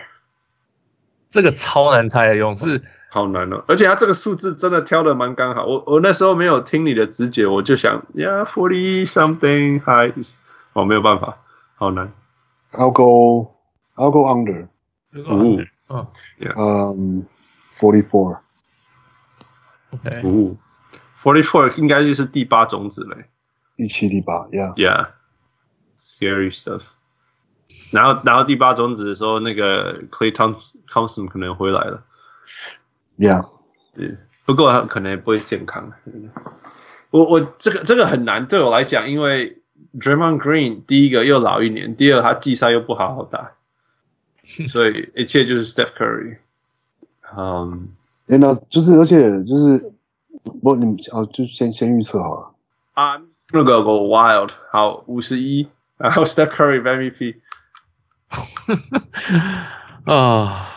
[SPEAKER 5] 这个超难猜的，勇士
[SPEAKER 2] 好难哦。而且他这个数字真的挑的蛮刚好。我我那时候没有听你的直觉，我就想，Yeah，forty something high，is- 哦，没有办法，好难。
[SPEAKER 4] I'll go I'll go under
[SPEAKER 2] 五五
[SPEAKER 5] 嗯
[SPEAKER 4] 嗯 forty four。
[SPEAKER 5] ，OK，
[SPEAKER 2] 五，forty four 应该就是第八种子嘞。
[SPEAKER 4] 一七第八，Yeah，
[SPEAKER 2] Yeah，scary stuff。然后，然后第八种子的时候，那个 Clay Thompson 可能回来了。
[SPEAKER 4] Yeah，
[SPEAKER 2] 不过他可能也不会健康。我我这个这个很难对我来讲，因为 Draymond Green 第一个又老一年，第二他季赛又不好好打，所以一切就是 Steph Curry。嗯、
[SPEAKER 4] 哎，那就是而且就是不，你们哦，就先先预测好了。
[SPEAKER 2] 啊，那个 Go Wild 好五十一，然后 Steph Curry MVP
[SPEAKER 5] [LAUGHS] 啊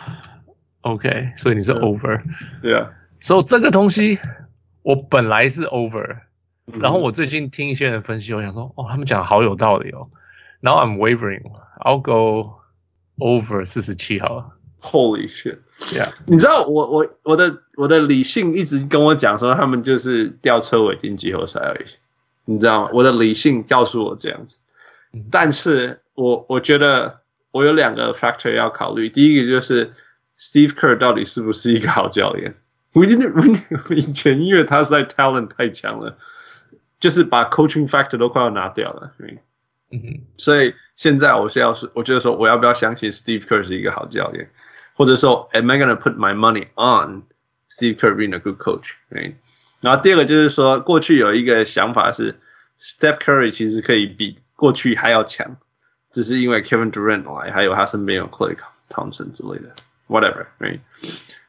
[SPEAKER 5] ，OK，所以你是 over。
[SPEAKER 2] 对啊，
[SPEAKER 5] 所以这个东西我本来是 over，然后我最近听一些人分析，我想说，哦，他们讲得好有道理哦。然后 I'm wavering，I'll go over 四十七好了。
[SPEAKER 2] Holy shit！
[SPEAKER 5] Yeah，
[SPEAKER 2] 你知道我我我的我的理性一直跟我讲说他们就是吊车尾进季后赛而已，你知道吗？我的理性告诉我这样子，但是我我觉得我有两个 factor 要考虑，第一个就是 Steve Kerr 到底是不是一个好教练？ [LAUGHS] 我真的我以前因为他实在 talent 太强了，就是把 coaching factor 都快要拿掉了。I mean，
[SPEAKER 5] 嗯哼，
[SPEAKER 2] 所以现在我是要是，我觉得说我要不要相信 Steve Kerr 是一个好教练，或者说 Am I gonna put my money on Steve Kerr being a good coach？right? 然后第二个就是说，过去有一个想法是 Steph Curry 其实可以比过去还要强，只是因为 Kevin Durant 来，还有他身边有 Clay Thompson 之类的，whatever。Right?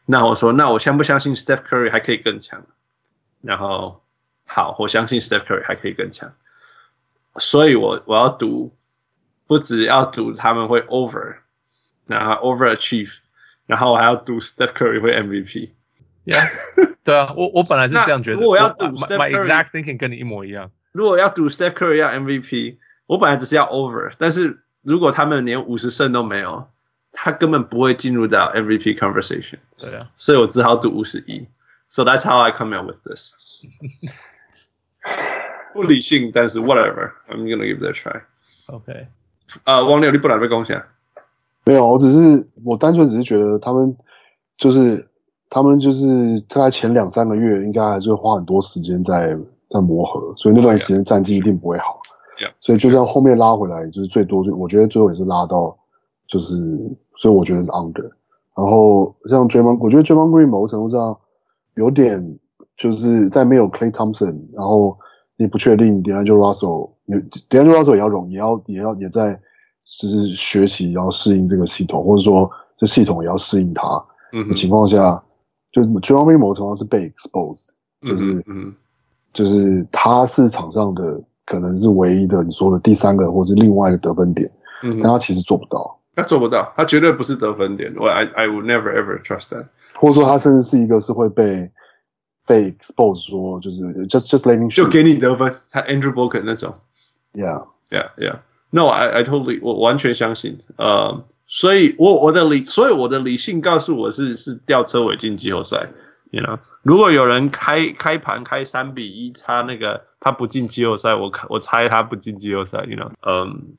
[SPEAKER 2] 那我说，那我相不相信 Steph Curry 还可以更强？然后好，我相信 Steph Curry 还可以更强。所以我我要读，不只要读他们会 over，然后 over achieve，然后我还要读 Steph Curry 会 MVP。
[SPEAKER 5] yeah, 对啊，我我本来是这样觉得。
[SPEAKER 2] 那如果要赌
[SPEAKER 5] 我 my,
[SPEAKER 2] Steph
[SPEAKER 5] my
[SPEAKER 2] Curry-
[SPEAKER 5] exact thinking 跟你一模一样。
[SPEAKER 2] 如果要赌 Steph Curry 要 MVP，我本来只是要 over，但是如果他们连五十胜都没有，他根本不会进入到 MVP conversation，
[SPEAKER 5] 对啊，
[SPEAKER 2] 所以我只好赌五十一。So that's how I come up with this 。不理性，但是 whatever，I'm gonna give it a try。
[SPEAKER 5] ，OK，
[SPEAKER 2] 呃，王六，你不能被攻下。
[SPEAKER 4] 没有，我只是我单纯只是觉得他们就是他们就是大概前两三个月应该还是会花很多时间在在磨合，所以那段时间战绩一定不会好。
[SPEAKER 2] Yeah.
[SPEAKER 4] 所以就算后面拉回来，就是最多就我觉得最后也是拉到，就是所以我觉得是 under。然后像 d r a m o n 我觉得 d r a m o n Green 某个程度上有点就是在没有 Clay Thompson，然后你不确定 d a n g e l Russell，你 d a n g e l Russell 也要容，也要也要也在就是学习，然后适应这个系统，或者说这系统也要适应他
[SPEAKER 2] 嗯
[SPEAKER 4] 的
[SPEAKER 2] 哼
[SPEAKER 4] 情况下，就是 d r a m o n 某个程度上是被 exposed，就是
[SPEAKER 2] 嗯哼
[SPEAKER 4] 就是他是场上的可能是唯一的你说的第三个或是另外一个得分点，
[SPEAKER 2] 嗯
[SPEAKER 4] 但
[SPEAKER 2] 哼，
[SPEAKER 4] 他其实做不到，
[SPEAKER 2] 他做不到，他绝对不是得分点。我 I I would never ever trust that。
[SPEAKER 4] 或者说他甚至是一个是会被被 expose 说就是 just just letting
[SPEAKER 2] 就
[SPEAKER 4] shoot
[SPEAKER 2] 给你得分，他 Andrew Bogut 那种。
[SPEAKER 4] yeah
[SPEAKER 2] Yeah, yeah. No, I I totally 我完全相信。呃，所以我我的理，所以我的理性告诉我是是吊车尾进季后赛。You know，如果有人开开盘开三比一差那个他不进季后赛，我看我猜他不进季后赛。You know，嗯、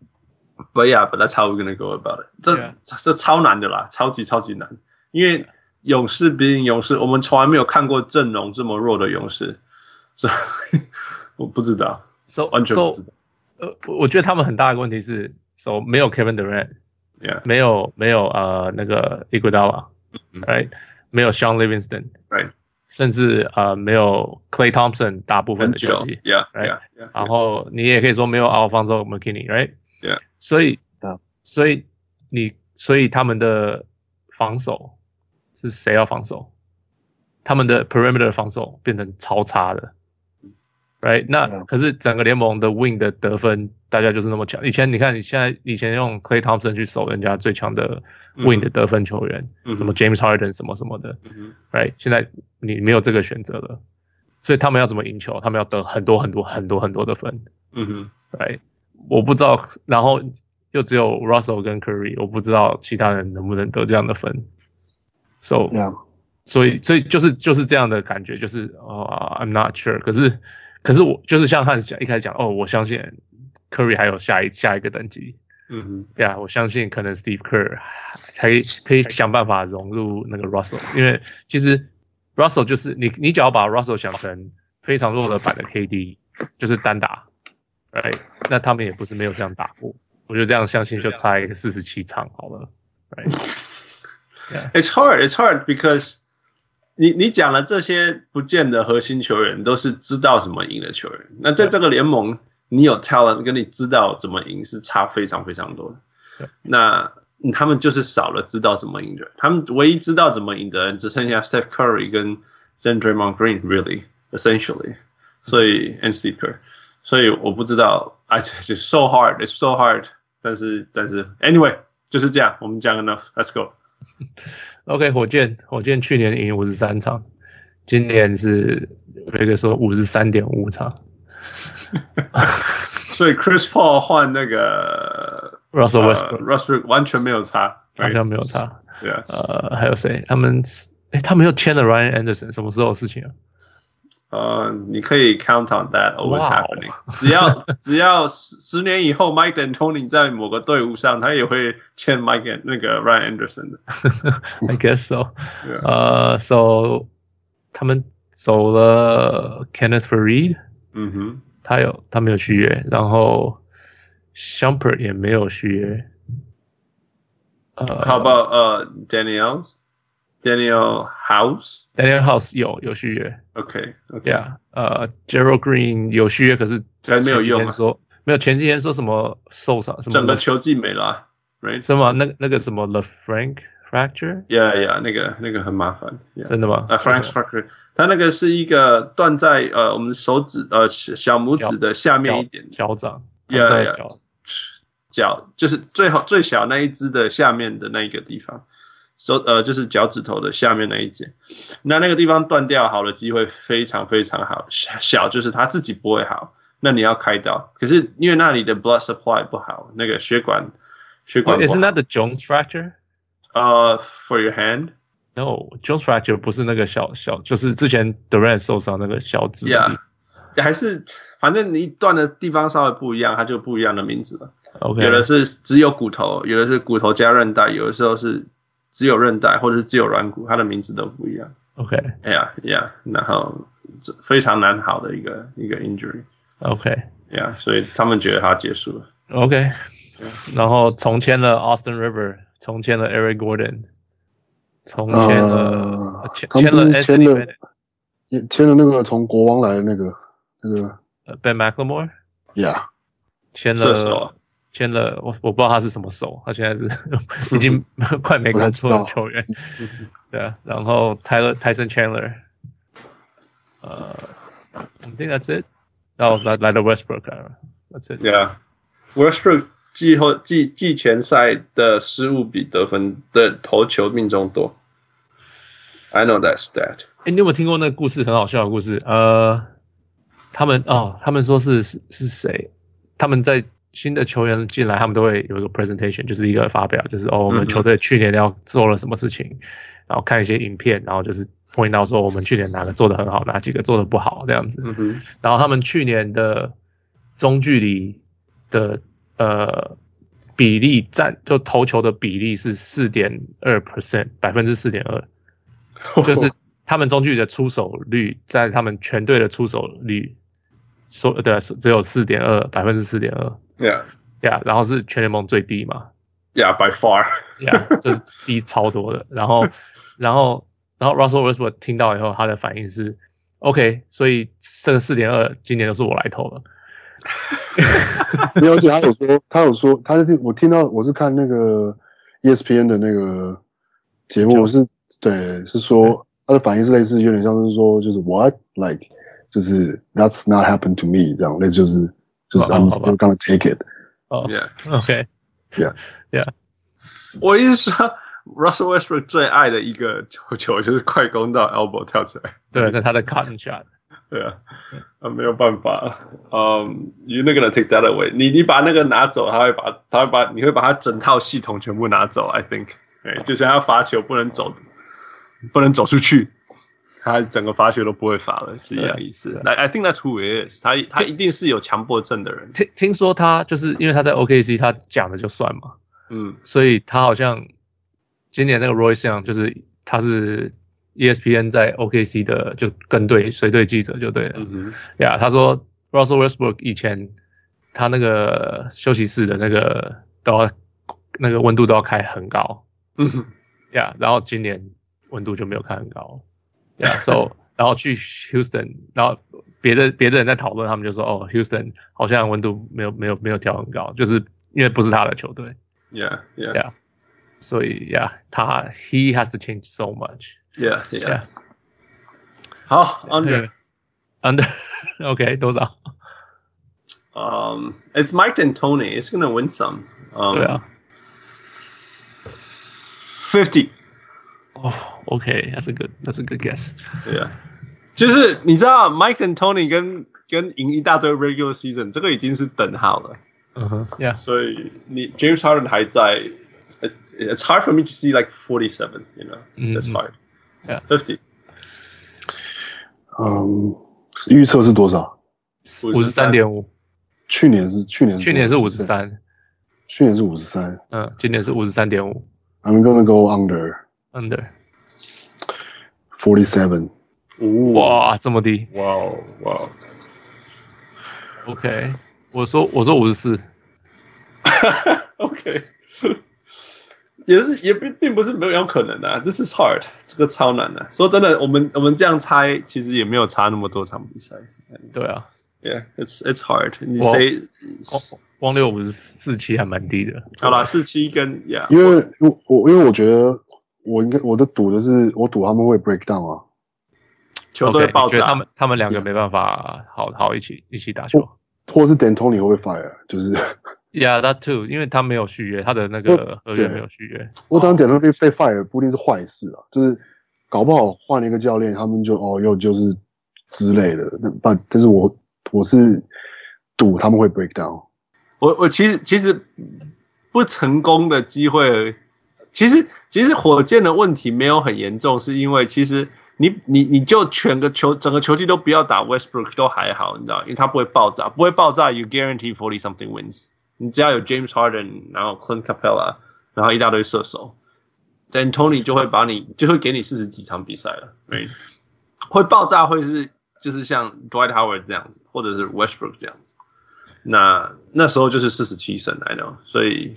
[SPEAKER 2] um,，But yeah, but that's how we're gonna go about it 这。
[SPEAKER 5] Yeah.
[SPEAKER 2] 这这超难的啦，超级超级难，因为勇士比赢勇士，我们从来没有看过阵容这么弱的勇士，所以 [LAUGHS] 我不知道，
[SPEAKER 5] So
[SPEAKER 2] 完全不
[SPEAKER 5] so
[SPEAKER 2] 知道。
[SPEAKER 5] 呃，我我觉得他们很大的问题是，so 没有 Kevin Durant，
[SPEAKER 2] Yeah, 嗯
[SPEAKER 5] 没有没有呃那个 Iguodala，right，没有 Sean Livingston，
[SPEAKER 2] Right
[SPEAKER 5] 甚至呃没有 Clay Thompson 大部分
[SPEAKER 2] 很
[SPEAKER 5] 的
[SPEAKER 2] 久
[SPEAKER 5] 球技，
[SPEAKER 2] ，Yeah,
[SPEAKER 5] right？Um,
[SPEAKER 2] Yeah,
[SPEAKER 5] 然
[SPEAKER 2] Yeah.
[SPEAKER 5] 后你也可以说没有啊 Alfonso McKinney，right？
[SPEAKER 2] Yeah
[SPEAKER 5] 所以
[SPEAKER 4] Yeah
[SPEAKER 5] 所以你所以他们的防守是谁要防守？他们的 perimeter 防守变成超差的，right？那
[SPEAKER 4] Yeah
[SPEAKER 5] 可是整个联盟的 win 的得分大家就是那么强。以前你看，你现在以前用 Clay Thompson 去守人家最强的 win 的得分球员，
[SPEAKER 2] 嗯
[SPEAKER 5] 什么 James Harden 什么什么的，
[SPEAKER 2] 嗯哼
[SPEAKER 5] right？现在你没有这个选择了，所以他们要怎么赢球？他们要得很多很多很多很多的分
[SPEAKER 2] 嗯哼
[SPEAKER 5] ，right？我不知道，然后又只有 Russell 跟 Curry，我不知道其他人能不能得这样的分。So
[SPEAKER 4] yeah
[SPEAKER 5] 所以所以就是就是这样的感觉，就是啊、i m not sure。可是可是我就是像汉讲一开始讲，哦，我相信 Curry 还有下一下一个等级。
[SPEAKER 2] 嗯哼，
[SPEAKER 5] 对啊，我相信可能 Steve Kerr 还可以想办法融入那个 Russell，因为其实 Russell 就是你，你只要把 Russell 想成非常弱的版的 KD，就是单打，right？那他们也不是没有这样打过，我就这样相信就猜四十七场好了
[SPEAKER 2] [LAUGHS]
[SPEAKER 5] ，right？
[SPEAKER 2] It's hard, it's hard because 你你讲了这些不见得核心球员都是知道怎么赢的球员，那在这个联盟，你有 talent 跟你知道怎么赢是差非常非常多的
[SPEAKER 5] 对。
[SPEAKER 2] 那嗯他们就是少了知道怎么赢的人，他们唯一知道怎么赢的人只剩下 Steph Curry 跟跟 Draymond Green really essentially，所以 and Steve Kerr，所以我不知道，I [LAUGHS] just it's so hard，it's so hard，但是但是 anyway 就是这样，我们讲 enough，let's go。
[SPEAKER 5] OK，火箭，火箭去年赢五十三场，今年是那个说五十三点五场
[SPEAKER 2] 所以 Chris Paul 换那个
[SPEAKER 5] ，Russell
[SPEAKER 2] 呃
[SPEAKER 5] Westbrook
[SPEAKER 2] Westbrook 完全没有差，
[SPEAKER 5] 好像没有差。
[SPEAKER 2] 对啊，
[SPEAKER 5] 呃，还有谁？他们哎，他们又签了 Ryan Anderson，什么时候的事情啊？
[SPEAKER 2] 呃，你可以 count on that always
[SPEAKER 5] 哇哦
[SPEAKER 2] happening 只。要 [LAUGHS] 只要十十年以后，Mike and Tony 在某个队伍上，他也会签 Mike and 那个 Ryan Anderson 的。
[SPEAKER 5] I guess so。
[SPEAKER 2] 对啊，
[SPEAKER 5] 呃，so 他们走了 Kenneth Farid，
[SPEAKER 2] 嗯哼，
[SPEAKER 5] 他有他没有续约，然后 Shumpert 也没有续约。呃，
[SPEAKER 2] 好不好？呃，Daniel Daniel House。
[SPEAKER 5] ，Daniel House 有有续约
[SPEAKER 2] OK，OK，、
[SPEAKER 5] ，Yeah。呃，Gerald Green 有续约，可是
[SPEAKER 2] 但没有用啊
[SPEAKER 5] 前几天说没有前几天说什么受伤什么
[SPEAKER 2] 整个球季没了，Right？Yeah，Yeah，啊
[SPEAKER 5] 什么那那个什么 l e Frank fracture，
[SPEAKER 2] 那个那个很麻烦。Yeah.
[SPEAKER 5] 真的吗？
[SPEAKER 2] 啊，Frank
[SPEAKER 5] 为什么
[SPEAKER 2] Strucker，他那个是一个断在呃我们手指呃小小拇指的下面一点，
[SPEAKER 5] 脚脚掌，
[SPEAKER 2] Yeah,
[SPEAKER 5] 他是
[SPEAKER 2] yeah.
[SPEAKER 5] 脚
[SPEAKER 2] 脚就是最好最小那一只的下面的那一个地方，手呃就是脚趾头的下面那一节，那那个地方断掉好的机会非常非常好，小小就是他自己不会好，那你要开刀，可是因为那里的 blood supply 不好，那个血管血管
[SPEAKER 5] Oh,
[SPEAKER 2] 不
[SPEAKER 5] isn't
[SPEAKER 2] 好
[SPEAKER 5] that the Jones fracture?
[SPEAKER 2] 呃、for your hand。
[SPEAKER 5] No, Jones fracture 不是那个小小，就是之前 Durant 受伤那个小指。
[SPEAKER 2] Yeah，还是反正你断的地方稍微不一样，它就不一样的名字了。
[SPEAKER 5] OK，
[SPEAKER 2] 有的是只有骨头，有的是骨头加韧带，有的时候是只有韧带，或者是只有软骨，它的名字都不一样。
[SPEAKER 5] OK
[SPEAKER 2] 哎呀哎呀，然后这非常难好的一个一个 injury。
[SPEAKER 5] OK，
[SPEAKER 2] ，Yeah，所以他们觉得他结束了。
[SPEAKER 5] OK，然后重签了 Austin River，重签了 Eric Gordon，重签了
[SPEAKER 4] 呃
[SPEAKER 5] 签
[SPEAKER 4] 他们
[SPEAKER 5] 签了
[SPEAKER 4] 不是签
[SPEAKER 5] Anthony
[SPEAKER 4] 了
[SPEAKER 5] Bennett
[SPEAKER 4] 也签了那个从国王来的那个那个
[SPEAKER 5] 呃 Ben McLemore，
[SPEAKER 4] ，Yeah，
[SPEAKER 5] 签
[SPEAKER 2] 射手啊
[SPEAKER 5] 了签了我我不知道他是什么手，他现在
[SPEAKER 4] [LAUGHS]
[SPEAKER 5] 是已经快没感触
[SPEAKER 4] 我才
[SPEAKER 5] 的
[SPEAKER 4] 知道
[SPEAKER 5] 球员，对啊，然后 Tyler Tyson Chandler，呃，I think that's it，然后来来了 Westbrook 啊，that's it，
[SPEAKER 2] Yeah，Westbrook 季后季季前赛的失误比得分的投球命中多。I know that stat。
[SPEAKER 5] 哎、你有没有听过那个故事？很好笑的故事。呃，他们哦，他们说是是是谁？他们在新的球员进来，他们都会有一个 presentation，就是一个发表，就是哦，我
[SPEAKER 2] 嗯
[SPEAKER 5] 们
[SPEAKER 2] 哼
[SPEAKER 5] 球队去年要做了什么事情，然后看一些影片，然后就是 point 到说我们去年哪个做的很好，哪几个做的不好这样子。
[SPEAKER 2] 嗯哼，
[SPEAKER 5] 然后他们去年的中距离的呃比例占就投球的比例是四点二 percent，百分之四点二。 [LAUGHS]
[SPEAKER 2] [LAUGHS]
[SPEAKER 5] 就是他们中距离的出手率占他们全队的出手率，说对啊，只有四点二百分之四点二
[SPEAKER 2] Yeah
[SPEAKER 5] 呀，然后是全联盟最低嘛
[SPEAKER 2] Yeah by
[SPEAKER 5] [LAUGHS]
[SPEAKER 2] far。
[SPEAKER 5] 呀就是低超多的。然后， [LAUGHS] 然后，然后 Russell Westbrook 听到以后，他的反应是 OK，所以这个四点二今年都是我来投了。
[SPEAKER 4] 没有，而且他有说，他有说，他是我听到我是看那个 E ESPN 的那个节目，我是对是说他的反应是类似，有点像是说就是 What like 就是 That's not happened to me 这样，类似就是就是
[SPEAKER 5] 哦好
[SPEAKER 4] I'm
[SPEAKER 5] 吧
[SPEAKER 4] still gonna take it。
[SPEAKER 5] 哦
[SPEAKER 2] Yeah，
[SPEAKER 5] ，OK，
[SPEAKER 2] 我意思是说，Russell Westbrook 最爱的一个球球就是快攻到 elbow 跳起来。
[SPEAKER 5] 对，那他的 cotton shot，
[SPEAKER 2] 对啊，啊没有办法，嗯、y o u r e not gonna take that away 你。你把那个拿走，他会把，他会把，你会把他整套系统全部拿走。I think，哎，就像他罚球不能走，不能走出去，他整个罚球都不会罚了，是一样意思。那 I think that's who it is 他。他一定是有强迫症的人。
[SPEAKER 5] 听听说他就是因为他在 OKC 他讲的就算嘛，
[SPEAKER 2] 嗯
[SPEAKER 5] 所以他好像今年那个 Royce Young 就是他是 E ESPN 在 OKC 的就跟队随队记者就对了
[SPEAKER 2] 嗯哼
[SPEAKER 5] 呀。他说 Russell Westbrook 以前他那个休息室的那个都要那个温度都要开很高
[SPEAKER 2] 嗯哼
[SPEAKER 5] 呀然后今年温度就没有开很高呀，so 然后去 Houston，然后别的别的人在讨论，他们就说哦，Houston 好像温度没有没有没有调很高，就是因为不是他的球队。
[SPEAKER 2] ，Yeah
[SPEAKER 5] Yeah
[SPEAKER 2] Yeah
[SPEAKER 5] 所以呀，他 he has to change so much。
[SPEAKER 2] Yeah Yeah。好，Under，
[SPEAKER 5] under [LAUGHS] OK 多少？
[SPEAKER 2] 嗯、i t s Um, Mike and Tony. It's gonna win some.
[SPEAKER 5] 对
[SPEAKER 2] Um,
[SPEAKER 5] 啊，
[SPEAKER 2] fifty.
[SPEAKER 5] 哦 OK that's a good that's a good guess。
[SPEAKER 2] 对啊，就是你知道 Mike and Tony 跟跟赢一大堆 regular season，这个已经是等号了。
[SPEAKER 5] 嗯哼，Yeah
[SPEAKER 2] 所以你 James Harden 还在，it-，It's hard for me to see like forty seven. You know,
[SPEAKER 5] 嗯
[SPEAKER 2] that's hard.
[SPEAKER 5] Yeah.
[SPEAKER 2] fifty
[SPEAKER 4] 嗯，预测是多少？
[SPEAKER 5] 五十三点五，
[SPEAKER 4] 去年是去年
[SPEAKER 5] 去年是
[SPEAKER 4] 多少
[SPEAKER 5] 五十，三，
[SPEAKER 4] 去年是五十三。
[SPEAKER 5] 嗯，今年是五十三点五
[SPEAKER 4] I'm gonna go under
[SPEAKER 5] under。
[SPEAKER 4] forty seven。
[SPEAKER 5] 哇，这么低
[SPEAKER 2] 哇哦哇哦，
[SPEAKER 5] OK。我说我说五十四，
[SPEAKER 2] [LAUGHS] OK，也是也并并不是没有可能的、啊、，This is hard，这个超难的、啊说真的，我们我们这样猜，其实也没有差那么多场比赛。
[SPEAKER 5] 对啊，
[SPEAKER 2] Yeah，it's it's hard。你
[SPEAKER 5] 我
[SPEAKER 2] 谁？
[SPEAKER 5] 光光六五十四期还蛮低的。
[SPEAKER 2] 好啦，四七跟 Yeah，
[SPEAKER 4] 因为我我因为我觉得我应该我的赌的是我赌他们会 break down 啊，
[SPEAKER 2] 球
[SPEAKER 5] OK，
[SPEAKER 2] 队爆
[SPEAKER 5] 你觉得
[SPEAKER 2] 炸。
[SPEAKER 5] 他们他们两个没办法好好一起一起打球。
[SPEAKER 2] 哦
[SPEAKER 4] 或者是 D'Antoni 会不会 fire？就是 [LAUGHS]
[SPEAKER 5] Yeah, that too，因为他没有续约，他的那个合约没有续约。
[SPEAKER 4] 我当然 D'Antoni 被 fire 不一定是坏事啊，就是搞不好换了一个教练，他们就哦又就是之类的。那但但是我我是赌他们会 break down。
[SPEAKER 2] 我我其实其实不成功的机会，其实其实火箭的问题没有很严重，是因为其实你你你就全个球整个球季都不要打 Westbrook 都还好，你知道，因为他不会爆炸，不会爆炸，you guarantee forty something wins。你只要有 James Harden，然后 Clint Capella，然后一大堆射手，then Tony 就会把你就会给你四十几场比赛了，right？会爆炸会是就是像 Dwight Howard 这样子，或者是 Westbrook 这样子。那那时候就是四十七胜，I know，所以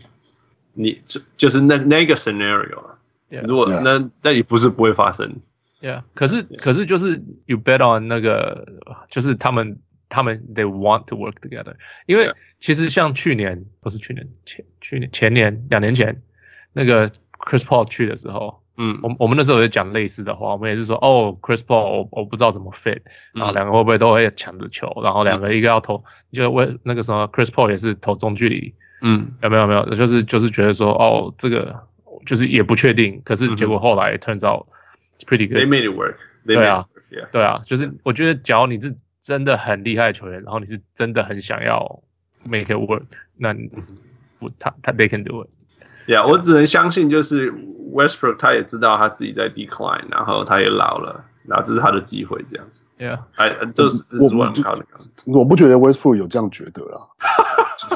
[SPEAKER 2] 你就就是那那个 scenario 啊。
[SPEAKER 5] Yeah.
[SPEAKER 2] 如果
[SPEAKER 4] Yeah.
[SPEAKER 2] 那但也不是不会发生，
[SPEAKER 5] Yeah，可是可是就是 you bet on 那个，就是他们他们 they want to work together，因为
[SPEAKER 2] Yeah.
[SPEAKER 5] 其实像去年不是去年前去年前年两年前那个 Chris Paul 去的时候，
[SPEAKER 2] 嗯，
[SPEAKER 5] 我们我们那时候也讲类似的话，我们也是说哦 Chris Paul 我我不知道怎么 fit，
[SPEAKER 2] 嗯
[SPEAKER 5] 然后两个会不会都会抢着球，然后两个一个要投，就为那个什么 Chris Paul 也是投中距离，
[SPEAKER 2] 嗯
[SPEAKER 5] 有没有没有，就是就是觉得说哦这个就是也不确定，可
[SPEAKER 2] 嗯
[SPEAKER 5] 是结果后来 turns out it's pretty good
[SPEAKER 2] ，They。made it work，They
[SPEAKER 5] 对
[SPEAKER 2] made
[SPEAKER 5] 啊
[SPEAKER 2] it work，yeah，
[SPEAKER 5] 对啊，就是我觉得，假如你是真的很厉害的球员，然后你是真的很想要 make it work，那你我他他 they can do it。
[SPEAKER 2] Yeah，我只能相信，就是 Westbrook 他也知道他自己在 decline，然后他也老了，然后这是他的机会，这样子。
[SPEAKER 5] Yeah，
[SPEAKER 2] 哎，呃这是这
[SPEAKER 4] 我
[SPEAKER 2] 是我很靠那个。
[SPEAKER 4] 我不觉得 Westbrook 有这样觉得啦， [LAUGHS]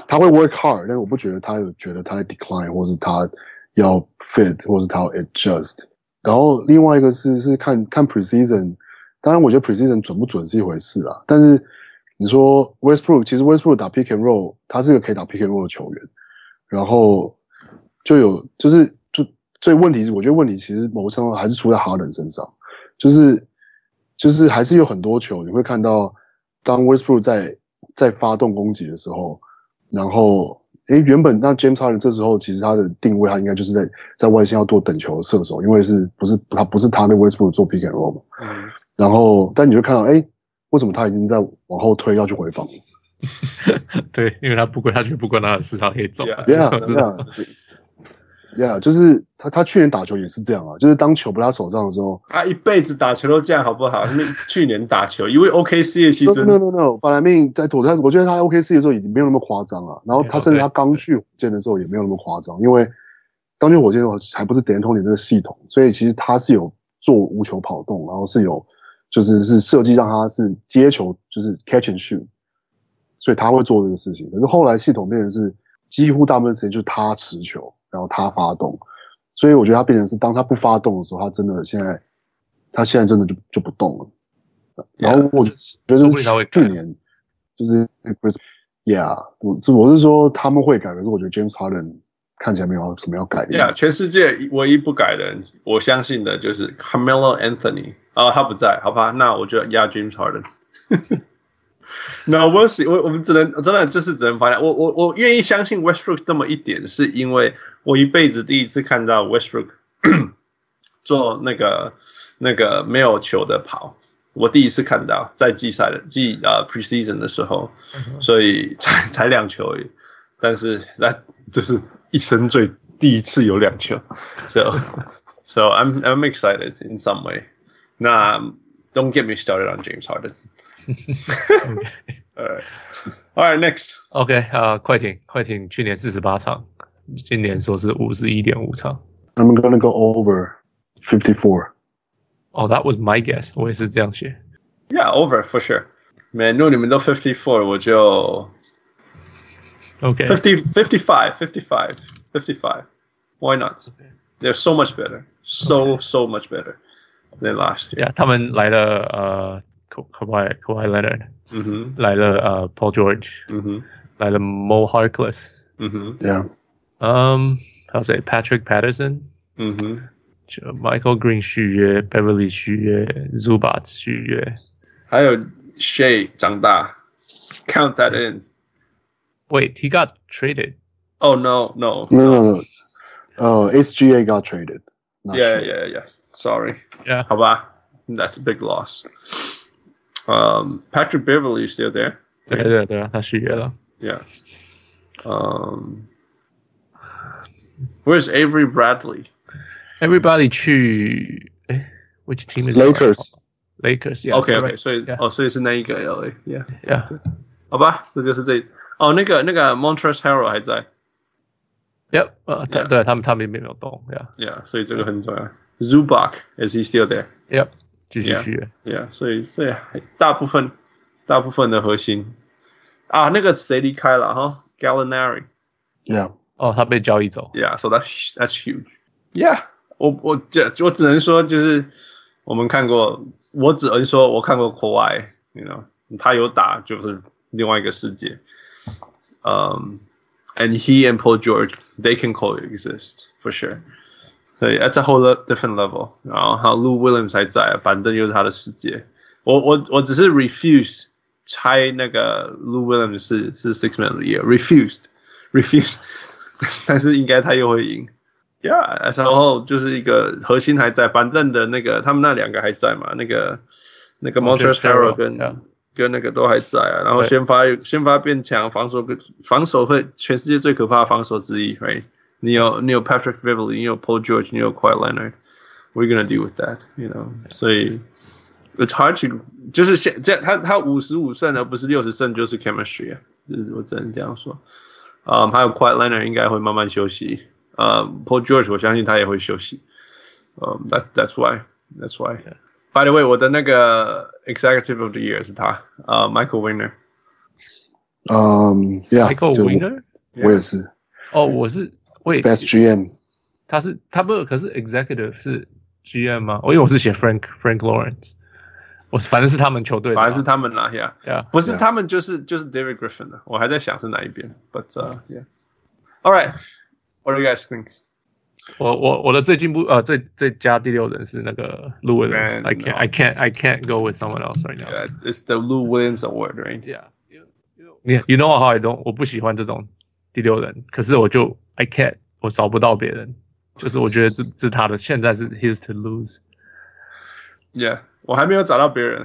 [SPEAKER 4] 他会 work hard，但我不觉得他有觉得他在 decline，或是他要 fit，或是他要 adjust。然后另外一个是是看看 preseason，当然我觉得 preseason 准不准是一回事啦，但是你说 Westbrook，其实 Westbrook 打 pick and roll，他是个可以打 pick and roll 的球员，然后就有就是就所以问题是，我觉得问题其实某个程度还是出在哈登身上。就是就是还是有很多球，你会看到当 Westbrook 在在发动攻击的时候，然后诶原本那 James Harden 这时候其实他的定位他应该就是在在外线要做等球的射手，因为是不是他不是他跟 Westbrook 做 pick and roll 嘛，
[SPEAKER 2] 嗯
[SPEAKER 4] 然后但你会看到诶为什么他已经在往后推要去回防了？
[SPEAKER 5] [LAUGHS] 对，因为他不管他就不关他的事，他可以走。
[SPEAKER 2] Yeah,
[SPEAKER 5] 啊 [LAUGHS] 我知
[SPEAKER 4] yeah,
[SPEAKER 5] 道
[SPEAKER 2] 嗯 yeah.
[SPEAKER 4] Yeah，就是他他去年打球也是这样啊，就是当球不在他手上的时候，
[SPEAKER 2] 他一辈子打球都这样，好不好？那去年打球，因为 OKC 的其
[SPEAKER 4] No
[SPEAKER 2] 实
[SPEAKER 4] no no no，本来命在我在我觉得他 OKC 的时候已经没有那么夸张了，然后他
[SPEAKER 5] OK，
[SPEAKER 4] 甚至他刚去火箭的时候也没有那么夸张，因为刚去火箭的时候还不是 d a n t o n y 这个系统，所以其实他是有做无球跑动，然后是有就是是设计让他是接球就是 catch and shoot，所以他会做这个事情。可是后来系统变成是几乎大部分时间就是他持球，然后他发动，所以我觉得他变成是当他不发动的时候，他真的现在他现在真的就就不动了。然后我觉得
[SPEAKER 5] 说
[SPEAKER 4] 就
[SPEAKER 5] 不定他会
[SPEAKER 4] 是
[SPEAKER 5] 改
[SPEAKER 4] 去年，就是 Chris，Yeah，我是我是说他们会改，可是我觉得 James Harden 看起来没有什么要改的意思。
[SPEAKER 2] Yeah，全世界唯一不改的人，我相信的就是 Carmelo Anthony 啊、他不在，好吧？那我就压 James Harden。那 we'll see，我我们只能真的就是只能发现，我我我愿意相信 Westbrook 这么一点，是因为我一辈子第一次看到 Westbrook [COUGHS] 做那个那个没有球的跑，我第一次看到在季赛的季呃 preseason 的时候，所以才才两球而已，但是那就是一生最第一次有两球，so [LAUGHS] so I'm I'm excited in some way。那 don't get me started on James Harden。All right, all right, next.
[SPEAKER 5] OK 啊、快艇快艇去年四十八场，今年说是五十一点五场。
[SPEAKER 4] I'm gonna go over fifty four。
[SPEAKER 5] 哦、t h a t was my guess，我也是这样写。
[SPEAKER 2] Yeah, over for sure. Man，如果你们都 fifty four，我就
[SPEAKER 5] OK，
[SPEAKER 2] fifty fifty five, fifty five, fifty five. Why not? They're so much better, so so much better than last year.
[SPEAKER 5] yeah, 他们来了呃 Ka- Kawhi Kawhi Leonard，
[SPEAKER 2] 嗯哼，
[SPEAKER 5] 来了呃 Paul George，
[SPEAKER 2] 嗯哼，
[SPEAKER 5] 来了 Mo Harkless，
[SPEAKER 2] 嗯哼，
[SPEAKER 4] Yeah，
[SPEAKER 5] 嗯，还有谁？Patrick Patterson，
[SPEAKER 2] 嗯哼，
[SPEAKER 5] 就 Michael Green 续约，Beverly 续约，Zubac 续约。
[SPEAKER 2] 还有 Shay 长大，count that in.
[SPEAKER 5] Wait, he got traded.
[SPEAKER 2] Oh no, no.
[SPEAKER 4] 没有没有没有，呃，SGA got traded。
[SPEAKER 2] Yeah, yeah, yeah. Sorry.
[SPEAKER 5] Yeah.
[SPEAKER 2] 好吧，That's a big loss. Um, Patrick Beverly is still there.
[SPEAKER 5] 对对对啊，他续约了。
[SPEAKER 2] Yeah. Um, where's Avery Bradley?
[SPEAKER 5] Everybody 去，哎，which team is it?
[SPEAKER 4] Lakers。
[SPEAKER 5] Lakers. Yeah.
[SPEAKER 2] OK
[SPEAKER 5] you're
[SPEAKER 2] OK，
[SPEAKER 5] right.
[SPEAKER 2] 所以
[SPEAKER 5] Yeah.
[SPEAKER 2] 哦，所以是那一个 LA。Yeah，
[SPEAKER 5] Yeah.
[SPEAKER 2] 好吧，这就是这哦，那个那个 Montrezl Harrell 还在。
[SPEAKER 5] Yep. 呃，他
[SPEAKER 2] Yeah.
[SPEAKER 5] 对他们他们也没有动。Yeah.
[SPEAKER 2] Yeah，所以这个很重要。Zubac is he still there?
[SPEAKER 5] Yep. 继续
[SPEAKER 2] Yeah.
[SPEAKER 5] 续约。
[SPEAKER 2] Yeah，所以所以大部分大部分的核心啊，那个谁离开了哈？Gallinari。
[SPEAKER 4] Yeah，
[SPEAKER 5] 哦，他被交易走。
[SPEAKER 2] Yeah, so that's that's huge. Yeah，我我这我只能说就是我们看过，我只能说我看过 Kawhi，you know，他有打就是另外一个世界。 Um, and he and Paul George, they can coexist for sure. So yeah, that's a whole le- different level. 然后还有 Lou Williams 还在，板凳又是他的世界。我我我只是 refuse 猜那个 Lou Williams 是是 Six Man of the [LAUGHS] Year，refused refuse，但是应该他又会赢。Yeah，然后就是一个核心还在，板凳的那个他们那两个还在嘛？那个那个 Monster
[SPEAKER 5] Montrezl
[SPEAKER 2] Harrell
[SPEAKER 5] Harrell，
[SPEAKER 2] 跟
[SPEAKER 5] yeah
[SPEAKER 2] 跟那个都还在啊。然后
[SPEAKER 5] 对
[SPEAKER 2] 先发先发变强，防守跟防守会全世界最可怕的防守之一，right？你有你有 Patrick Beverly，你有 Paul George，你有 Kawhi Leonard，we're gonna deal with that，you know？所以 it's hard to 就是现这样，他他五十五胜而不是六十胜，就是 chemistry 啊，就是我只能这样说。嗯，还有 Quiet Leonard 应该会慢慢休息。呃、p a u l George 我相信他也会休息。嗯、t h a t that's why that's why。By the way，我的那个 Executive of the Year 是他，呃、m i c h a e l Winner。
[SPEAKER 4] 嗯
[SPEAKER 5] ，Michael
[SPEAKER 4] ，Yeah，就我
[SPEAKER 5] Winner？
[SPEAKER 4] 我也是
[SPEAKER 5] 哦，我是喂，
[SPEAKER 4] Best GM，
[SPEAKER 5] 他是他不是，可是 Executive 是 GM 吗？我因为我是写 Frank Frank Lawrence，我反正是他们球队的啊，
[SPEAKER 2] 反正是他们啦，Yeah，
[SPEAKER 5] Yeah
[SPEAKER 2] 不是
[SPEAKER 4] Yeah
[SPEAKER 2] 他们就是就是 David Griffin 的，我还在想是哪一边，But、uh, yeah，All right，What do you guys think？
[SPEAKER 5] 我我我的最进步呃最最佳第六人是那个 l o u i s
[SPEAKER 2] Man,
[SPEAKER 5] I can't
[SPEAKER 2] no.
[SPEAKER 5] I can't I can't go with someone else right now.
[SPEAKER 2] Yeah, it's, it's the Lou Williams Award, right?
[SPEAKER 5] Yeah. Yeah, you know how I don't，我不喜欢这种第六人，可是我就 I can't，我找不到别人，就是我觉得这这他的现在是 his to lose。
[SPEAKER 2] Yeah，我还没有找到别人。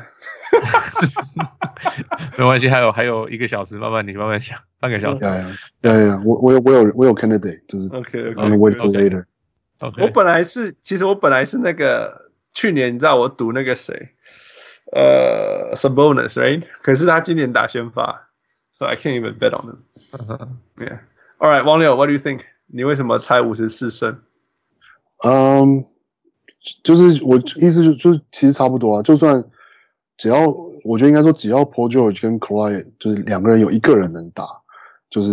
[SPEAKER 5] 没关系，还有还有一个小时，慢慢你慢慢想，半个小时。
[SPEAKER 4] 呀呀呀呀，我我有我有我有 candidate，就是
[SPEAKER 2] OK
[SPEAKER 4] on the wait
[SPEAKER 2] OK，
[SPEAKER 4] for later。
[SPEAKER 5] OK，
[SPEAKER 2] 我本来是，其实我本来是那个去年你知道我赌那个谁，呃，Sabonis，right？可是他今年打先发，so I can't even bet on him。Yeah. All right，王六，What do you think？你为什么猜五十四胜？
[SPEAKER 4] 嗯，就是我意思就就是其实差不多啊，就算只要我觉得应该说只要 Paul George 跟 k a w h i 就是两个人有一个人能打，就是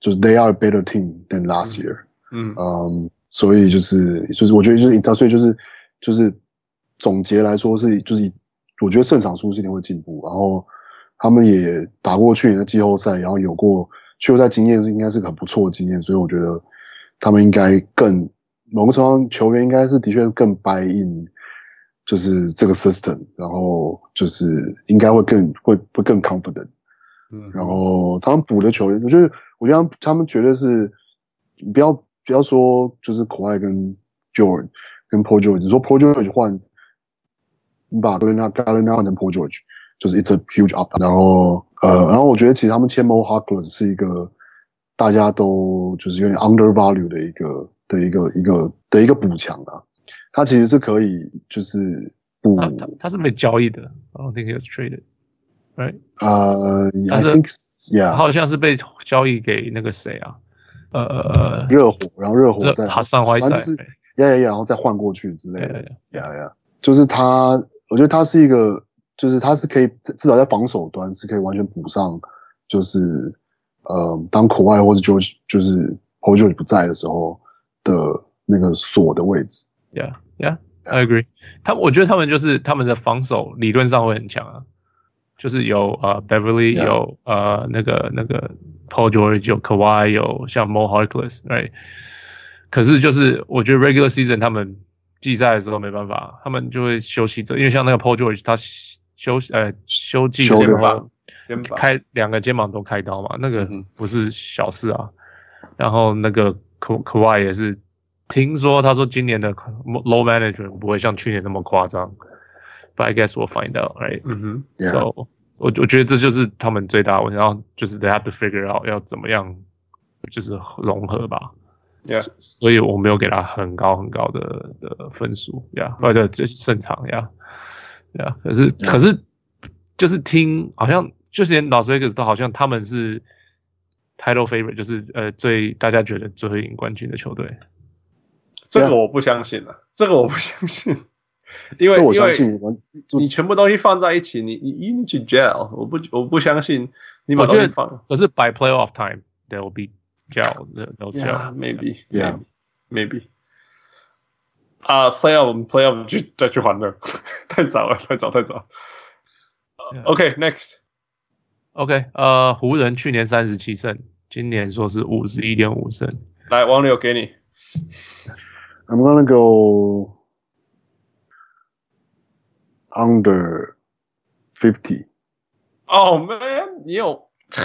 [SPEAKER 4] 就是 they are a better team than last year。
[SPEAKER 2] 嗯
[SPEAKER 4] 嗯，所以就是就是我觉得就是他，所以就是就是总结来说是就是我觉得胜场数是一定会进步，然后他们也打过去年的季后赛，然后有过季后赛经验是应该是个很不错的经验，所以我觉得他们应该更某个程度上球员应该是的确更 buy in。就是这个 system，然后就是应该会更会会更 confident，
[SPEAKER 2] 嗯
[SPEAKER 4] 然后他们补的球员，我觉得，我觉得他们他们绝对是，不要不要说就是口爱跟 George 跟 Paul George，你说 Paul George 换，你把 g a l i n a g a l i n a 换成 Paul George，就是 It's a huge up。然后呃，然后我觉得其实他们签 Mo h a k l e s 是一个大家都就是有点 under value 的一个的一个一个的一个补强啊，他其实是可以就是补
[SPEAKER 5] 他他他是被交易的，I don't think he was traded。Right，
[SPEAKER 4] 呃
[SPEAKER 5] 他
[SPEAKER 4] ，I
[SPEAKER 5] 是
[SPEAKER 4] think
[SPEAKER 5] 他
[SPEAKER 4] yeah
[SPEAKER 5] 好像是被交易给那个谁啊？呃，
[SPEAKER 4] 热火，然后热火
[SPEAKER 5] 这
[SPEAKER 4] 在
[SPEAKER 5] 哈桑怀
[SPEAKER 4] 反正
[SPEAKER 5] 塞
[SPEAKER 4] 就。是呀呀呀，然后再换过去之类
[SPEAKER 5] 对
[SPEAKER 4] 的
[SPEAKER 5] 对，对
[SPEAKER 4] 呀呀，就是他，我觉得他是一个，就是他是可以至至少在防守端是可以完全补上，就是呃，当口外或是 George 就是 Paul George 不在的时候的那个锁的位置。
[SPEAKER 5] Yeah, yeah, I agree. 他我觉得他们就是他们的防守理论上会很强啊，就是有呃 Beverly，、
[SPEAKER 4] Yeah.
[SPEAKER 5] 有呃那个那个 Paul George，有 Kawhi，有像 Mo Harkless，right？可是就是我觉得 regular season 他们季赛的时候没办法，他们就会休息着，因为像那个 Paul George 他休呃休季的
[SPEAKER 4] 休
[SPEAKER 5] 时
[SPEAKER 4] 的
[SPEAKER 5] 候
[SPEAKER 2] 话肩膀
[SPEAKER 5] 开两个肩膀都开刀嘛，那个
[SPEAKER 2] 嗯
[SPEAKER 5] 不是小事啊。然后那个 K k a 也是，听说他说今年的 low management 不会像去年那么夸张，But I guess we'll find out, right?
[SPEAKER 2] 嗯哼，
[SPEAKER 4] Yeah.
[SPEAKER 5] So 我我觉得这就是他们最大的问题，然后就是 they have to figure out 要怎么样就是融合吧。
[SPEAKER 2] Yeah
[SPEAKER 5] 所以我没有给他很高很高的的分数
[SPEAKER 2] 嗯
[SPEAKER 5] 呀，或者就是胜场呀，呀，可是可是就是听好像就是连 Las Vegas 都好像他们是 title favorite，就是呃最大家觉得最会赢冠军的球队。
[SPEAKER 2] 这个我不相信啊，这个我不相信，
[SPEAKER 4] [LAUGHS]
[SPEAKER 2] 因为
[SPEAKER 4] 这我
[SPEAKER 2] 因
[SPEAKER 4] 相
[SPEAKER 2] 为
[SPEAKER 4] 信你们，就
[SPEAKER 2] 你全部东西放在一起，你你 you need to gel，我不我不相信你把
[SPEAKER 5] 我觉
[SPEAKER 2] 东
[SPEAKER 5] 得
[SPEAKER 2] 西放。
[SPEAKER 5] 可是 by playoff time they will be gel they'll
[SPEAKER 2] Yeah,
[SPEAKER 5] gel
[SPEAKER 2] maybe.
[SPEAKER 4] Yeah.
[SPEAKER 2] Maybe. Uh playoff 我们 playoff 就再 [LAUGHS] 去还了，太早了，太早太早。
[SPEAKER 5] Yeah.
[SPEAKER 2] OK, next.
[SPEAKER 5] OK，呃，湖人去年三十七胜，今年说是五十一点五胜。
[SPEAKER 2] 来，王柳给你
[SPEAKER 4] I'm gonna go under fifty.
[SPEAKER 2] Oh man, you.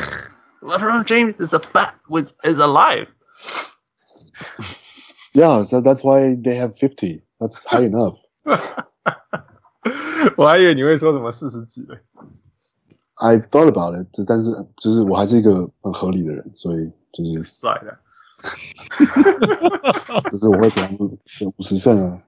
[SPEAKER 2] [SIGHS] LeBron James is a bat was is alive.
[SPEAKER 4] Yeah, so that's why they have fifty. That's high enough.
[SPEAKER 2] 我还以为你会说什么四十几呢。
[SPEAKER 4] I thought about it，只但是就是我还是一个很合理的人，所以就是
[SPEAKER 2] 晒了。
[SPEAKER 4] 就是我会给他们五十胜啊。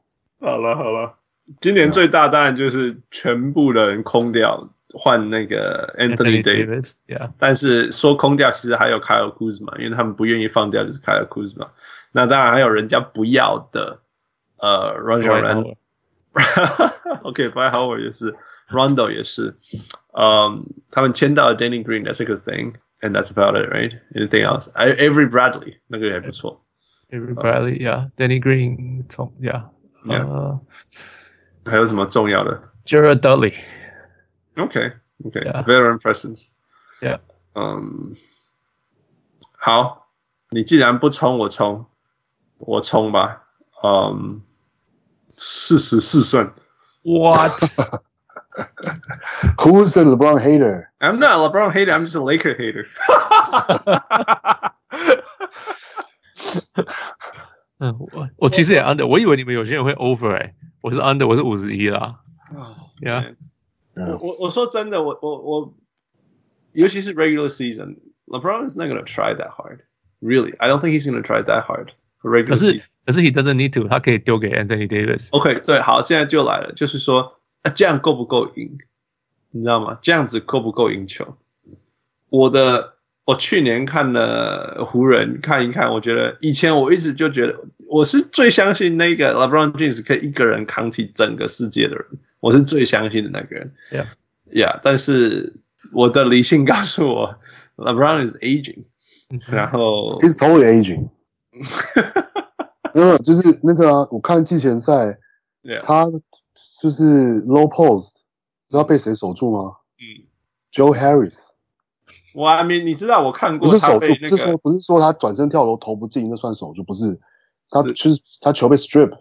[SPEAKER 2] 好了好了，今年最大当然就是全部的人空掉，换那个 Anthony Davis。
[SPEAKER 5] Davis，Yeah，
[SPEAKER 2] 但是说空掉，其实还有凯尔库兹嘛，因为他们不愿意放掉就是凯尔库兹嘛。那当然还有人家不要的，呃 r o n d o n [LAUGHS] OK，白豪尔也是，Rondo 也是，嗯、他们签到了 Danny Green，that's a good thing，and that's about it, right? Anything else? I, Avery Bradley 那个也不错。
[SPEAKER 5] Everybody，Yeah，Danny Green 从 Yeah，
[SPEAKER 2] Yeah
[SPEAKER 5] 呃
[SPEAKER 2] 还有什么重要的
[SPEAKER 5] ，Jared Dudley，Yeah，
[SPEAKER 2] ？OK OK，
[SPEAKER 5] Yeah.
[SPEAKER 2] veteran presence。嗯，Um, 好，你既然不冲，我冲，我冲吧。嗯，四十四胜。
[SPEAKER 5] [LAUGHS] What？
[SPEAKER 4] Who's the LeBron hater?
[SPEAKER 2] I'm not a LeBron hater. I'm just a Laker [SIGHS] hater.
[SPEAKER 5] 嗯，我我其实也 under，我以为你们有些人会 over 哎、我是 under，我是五十一啦。Yeah，
[SPEAKER 2] 我我我说真的，我我我，尤其是 regular season, LeBron is not gonna try that hard. Really, I don't think he's gonna try that hard for
[SPEAKER 5] 可
[SPEAKER 2] regular
[SPEAKER 5] 是
[SPEAKER 2] season.
[SPEAKER 5] 可是 he doesn't need to，他可以丢给 Anthony Davis。
[SPEAKER 2] OK，对，好，现在就来了，就是说，啊、这样够不够赢？你知道吗？这样子够不够赢球？我的，我去年看了湖人看一看，我觉得以前我一直就觉得我是最相信那个 LeBron James 可以一个人扛起整个世界的人，我是最相信的那个人。
[SPEAKER 5] Yeah.
[SPEAKER 2] Yeah，但是我的理性告诉我，LeBron is aging，然后
[SPEAKER 4] He's
[SPEAKER 2] [LAUGHS]
[SPEAKER 4] totally aging. 没有，就是那个啊，我看季前赛，
[SPEAKER 2] Yeah，
[SPEAKER 4] 他就是 low post，知道被谁守住吗
[SPEAKER 2] 嗯，
[SPEAKER 4] ？Joe Harris，
[SPEAKER 2] 我还没，你知道我看
[SPEAKER 4] 不
[SPEAKER 2] 过
[SPEAKER 4] 是
[SPEAKER 2] 他
[SPEAKER 4] 守住，
[SPEAKER 2] 被
[SPEAKER 4] 不
[SPEAKER 2] 那
[SPEAKER 4] 是说
[SPEAKER 2] 个。
[SPEAKER 4] 不是说他转身跳楼投不进，那算守住，不是，他
[SPEAKER 2] 是
[SPEAKER 4] 就是他球被 strip，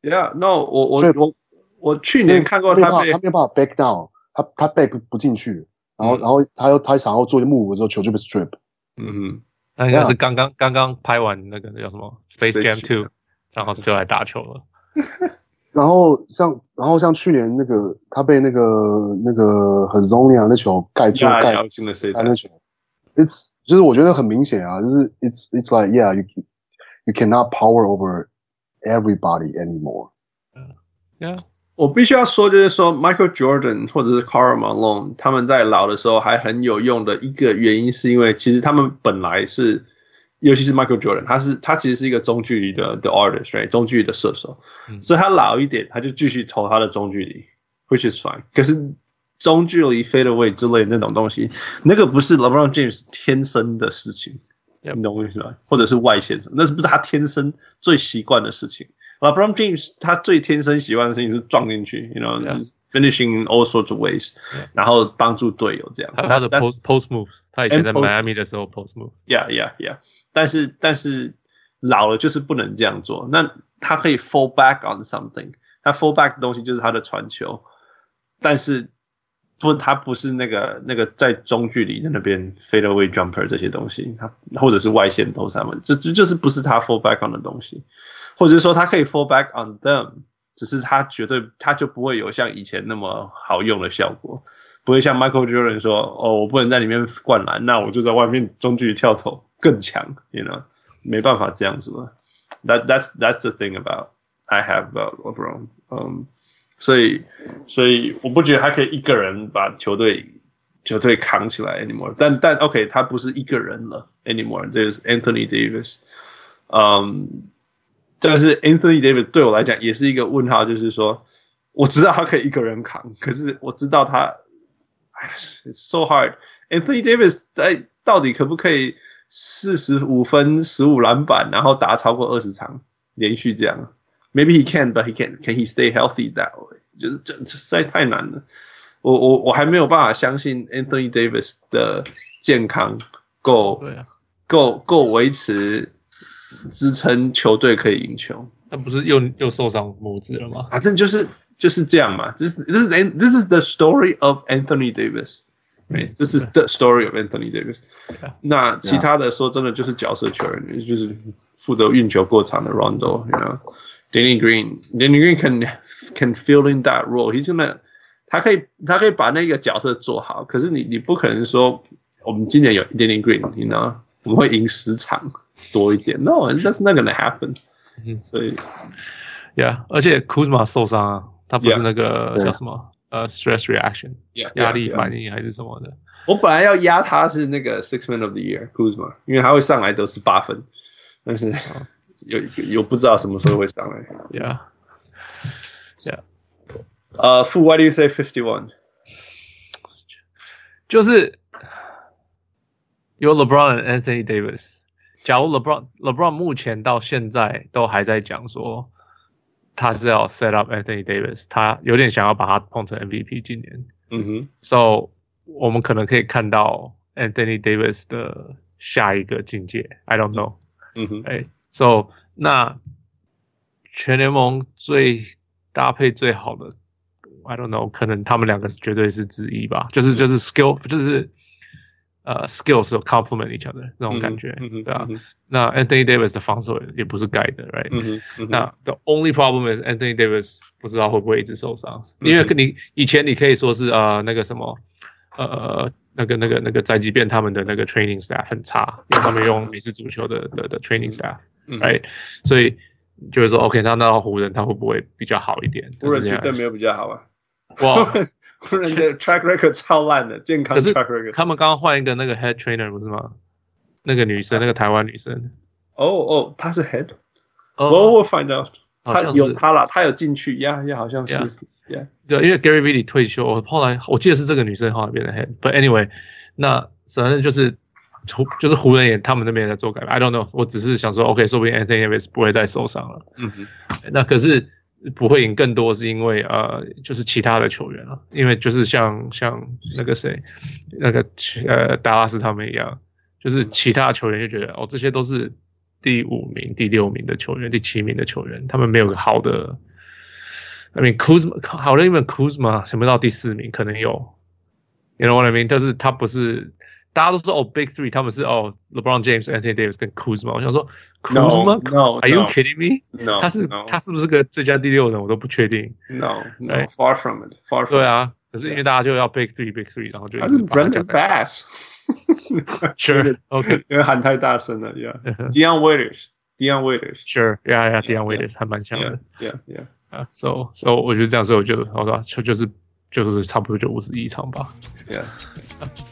[SPEAKER 2] Yeah, no，我我
[SPEAKER 4] 所以
[SPEAKER 2] 我我去年看过
[SPEAKER 4] 他没
[SPEAKER 2] 他被
[SPEAKER 4] 有办法，他没有办法 back down，他他 back 不进去，然后、
[SPEAKER 2] 嗯
[SPEAKER 4] 然后他又他想要做 move 的时候，球就被 strip，
[SPEAKER 2] 嗯
[SPEAKER 5] 那应该是
[SPEAKER 4] Yeah
[SPEAKER 5] 刚刚刚刚拍完那个叫什么 Space
[SPEAKER 2] Space
[SPEAKER 5] Jam
[SPEAKER 2] Jam
[SPEAKER 5] Two，然后就来打球了。
[SPEAKER 4] 然后像然后像去年那个他被那个那个 h a z o n i a 那球盖住
[SPEAKER 2] ，Yeah,
[SPEAKER 4] 盖
[SPEAKER 2] yeah, I was gonna say
[SPEAKER 4] 安全
[SPEAKER 2] that.
[SPEAKER 4] 球。It's 就是我觉得很明显啊，就是 It's It's like yeah you you cannot power over everybody anymore。
[SPEAKER 2] 我必须要说，就是说 Michael Jordan 或者是 Karl Malone 他们在老的时候还很有用的一个原因，是因为其实他们本来是，尤其是 Michael Jordan，他是他其实是一个中距离的的 artist，right，中距离的射手，
[SPEAKER 5] 嗯
[SPEAKER 2] 所以他老一点，他就继续投他的中距离，which is fine。可是中距离 fade away 之类的那种东西，那个不是 LeBron James 天生的事情
[SPEAKER 5] Yep.
[SPEAKER 2] 你懂我意思吗？或者是外线什么，那是不是他天生最习惯的事情？LeBron James 他最天生习惯的事情是撞进去，you know，
[SPEAKER 5] Yeah.
[SPEAKER 2] just finishing all sorts of ways，
[SPEAKER 5] Yeah.
[SPEAKER 2] 然后帮助队友这样。
[SPEAKER 5] 还有他的
[SPEAKER 2] That's-
[SPEAKER 5] post post move，他以前在
[SPEAKER 2] And post-
[SPEAKER 5] 迈阿密的时候 post move。
[SPEAKER 2] Yeah, yeah, yeah. 但是但是老了就是不能这样做。那他可以 fall back on something，他 fall back 的东西就是他的传球，但是不，他不是那个那个在中距离在那边 fade away jumper 这些东西，他或者是外线投三分，这这就是不是他 fall back on 的东西，或者是说他可以 fall back on them，只是他绝对他就不会有像以前那么好用的效果。不会像 Michael Jordan 说，哦，我不能在里面灌篮，那我就在外面中距离跳投更强，you know，没办法这样子了。That that's that's the thing about I have about LeBron，嗯、所以所以我不觉得他可以一个人把球队球队扛起来 anymore，但但 OK，他不是一个人了 anymore，这是 Anthony Davis，嗯、但是 Anthony Davis 对我来讲也是一个问号，就是说，我知道他可以一个人扛，可是我知道他哎 it's so hard。Anthony Davis 在到底可不可以四十五分、十五篮板，然后打超过二十场连续这样？Maybe he can, but he can. Can he stay healthy that way? 就是这这实在太难了。我我我还没有办法相信 Anthony Davis 的健康够
[SPEAKER 5] 对啊，
[SPEAKER 2] 够够维持支撑球队可以赢球。
[SPEAKER 5] 那不是又又受伤拇指了吗？
[SPEAKER 2] 反正就是就是这样嘛。This this is this is the story of Anthony Davis. Right? This is the story of Anthony Davis.
[SPEAKER 5] Yeah.
[SPEAKER 2] 那其他的说真的就是角色球员，就是负责运球过场的 Rondo，you know。Danny Green, Danny Green can can fill in that role. He's gonna，他可以他可以把那个角色做好。可是你你不可能说我们今年有 Danny Green，you know，我们会赢十场多一点。No，that's not gonna happen
[SPEAKER 5] 嗯。
[SPEAKER 2] 所以
[SPEAKER 5] Yeah，而且 Kuzma 受伤啊，他不是
[SPEAKER 2] Yeah
[SPEAKER 5] 那个
[SPEAKER 4] 对
[SPEAKER 5] 叫什么呃 stress reaction 压力反应还是什么的。
[SPEAKER 2] 我本来要压他是那个 Six Man of the Year Kuzma，因为他会上来得十八分，但是有有不知道什么时候会上来。
[SPEAKER 5] Yeah，
[SPEAKER 2] 呃、f o o Why do you say fifty one？
[SPEAKER 5] 就是有 LeBron and Anthony Davis。假如 LeBron LeBron 目前到现在都还在讲说他是要 set up Anthony Davis，他有点想要把他捧成 MVP 今年。
[SPEAKER 2] 嗯哼，
[SPEAKER 5] So 我们可能可以看到 Anthony Davis 的下一个境界。I don't know。
[SPEAKER 2] 嗯哼，
[SPEAKER 5] 哎，so 那全联盟最搭配最好的，I don't know，可能他们两个绝对是之一吧，就是就是
[SPEAKER 2] 嗯
[SPEAKER 5] skill，就是呃 skills 有 complement each other 那种感觉，
[SPEAKER 2] 嗯哼
[SPEAKER 5] 对啊。
[SPEAKER 2] 嗯哼
[SPEAKER 5] 那 Anthony Davis 的防守也也不是盖的，right？、
[SPEAKER 2] 嗯哼，嗯哼
[SPEAKER 5] 那 the only problem is Anthony Davis 不知道会不会一直受伤，
[SPEAKER 2] 嗯
[SPEAKER 5] 因为你以前你可以说是呃那个什么呃那个那个那个宅急便他们的那个 training staff 很差，因为他们用美式足球的的的 training staff。
[SPEAKER 2] 嗯哼 [LAUGHS]
[SPEAKER 5] right？所哎以就是说，OK，那那到湖人他会不会比较好一点？
[SPEAKER 2] 湖人
[SPEAKER 5] 就
[SPEAKER 2] 绝
[SPEAKER 5] 是这
[SPEAKER 2] 对
[SPEAKER 5] 样
[SPEAKER 2] 没有比较好啊。
[SPEAKER 5] 哇，
[SPEAKER 2] [LAUGHS] 湖人的 track record 超烂的，健康
[SPEAKER 5] 可是
[SPEAKER 2] track record。
[SPEAKER 5] 他们刚刚换一个那个 head trainer 不是吗？那个女生，那个台湾女生，
[SPEAKER 2] 哦哦，他是 head。
[SPEAKER 5] 哦
[SPEAKER 2] 我我 find out，
[SPEAKER 5] 好
[SPEAKER 2] 他
[SPEAKER 5] 像
[SPEAKER 2] 有
[SPEAKER 5] 是
[SPEAKER 2] 他了，他有进去呀呀，好像是
[SPEAKER 5] Yeah
[SPEAKER 2] ，yeah。
[SPEAKER 5] 对，因为 Gary Vee 退休，我后来我记得是这个女生后来变成 head，but anyway，那反正就是。湖就是湖人也他们那边也在做改变，I don't know，我只是想说，OK，说不定 Anthony Davis 不会再受伤了。
[SPEAKER 2] 嗯哼，
[SPEAKER 5] 那可是不会赢更多，是因为呃，就是其他的球员啊，因为就是像像那个谁，那个呃达拉斯他们一样，就是其他球员就觉得哦，这些都是第五名、第六名的球员、第七名的球员，他们没有个好的。I mean Kuzma，好了，因为 Kuzma 想不到第四名，可能有，You know what I mean？但是他不是，大家都说哦，Big Three，他们是哦，LeBron James、Anthony Davis 跟 Kuzma。我想说
[SPEAKER 2] No, no,
[SPEAKER 5] ，Kuzma，Are you
[SPEAKER 2] no.
[SPEAKER 5] kidding me？
[SPEAKER 2] No，
[SPEAKER 5] 他是
[SPEAKER 2] no,
[SPEAKER 5] 他是不是个最佳第六人，我都不确定。
[SPEAKER 2] no no
[SPEAKER 5] Right.
[SPEAKER 2] far from it，far from
[SPEAKER 5] 对
[SPEAKER 2] it。
[SPEAKER 5] 啊，可是因为大家就要 big three big three，然后就一
[SPEAKER 2] 他
[SPEAKER 5] 直
[SPEAKER 2] 是
[SPEAKER 5] 把它加
[SPEAKER 2] Brandon
[SPEAKER 5] 在
[SPEAKER 2] [LAUGHS] Bass，
[SPEAKER 5] sure OK
[SPEAKER 2] 因为喊太大声了，Yeah。Dion Waiters，Dion Waiters，Yeah
[SPEAKER 5] sure yeah yeah
[SPEAKER 2] Yeah,
[SPEAKER 5] Dion Waiters 还蛮像的
[SPEAKER 2] Yeah Yeah。
[SPEAKER 5] 啊，so so 我就这样，所以我就我说就就是就是差不多就五十一场吧。
[SPEAKER 2] Yeah.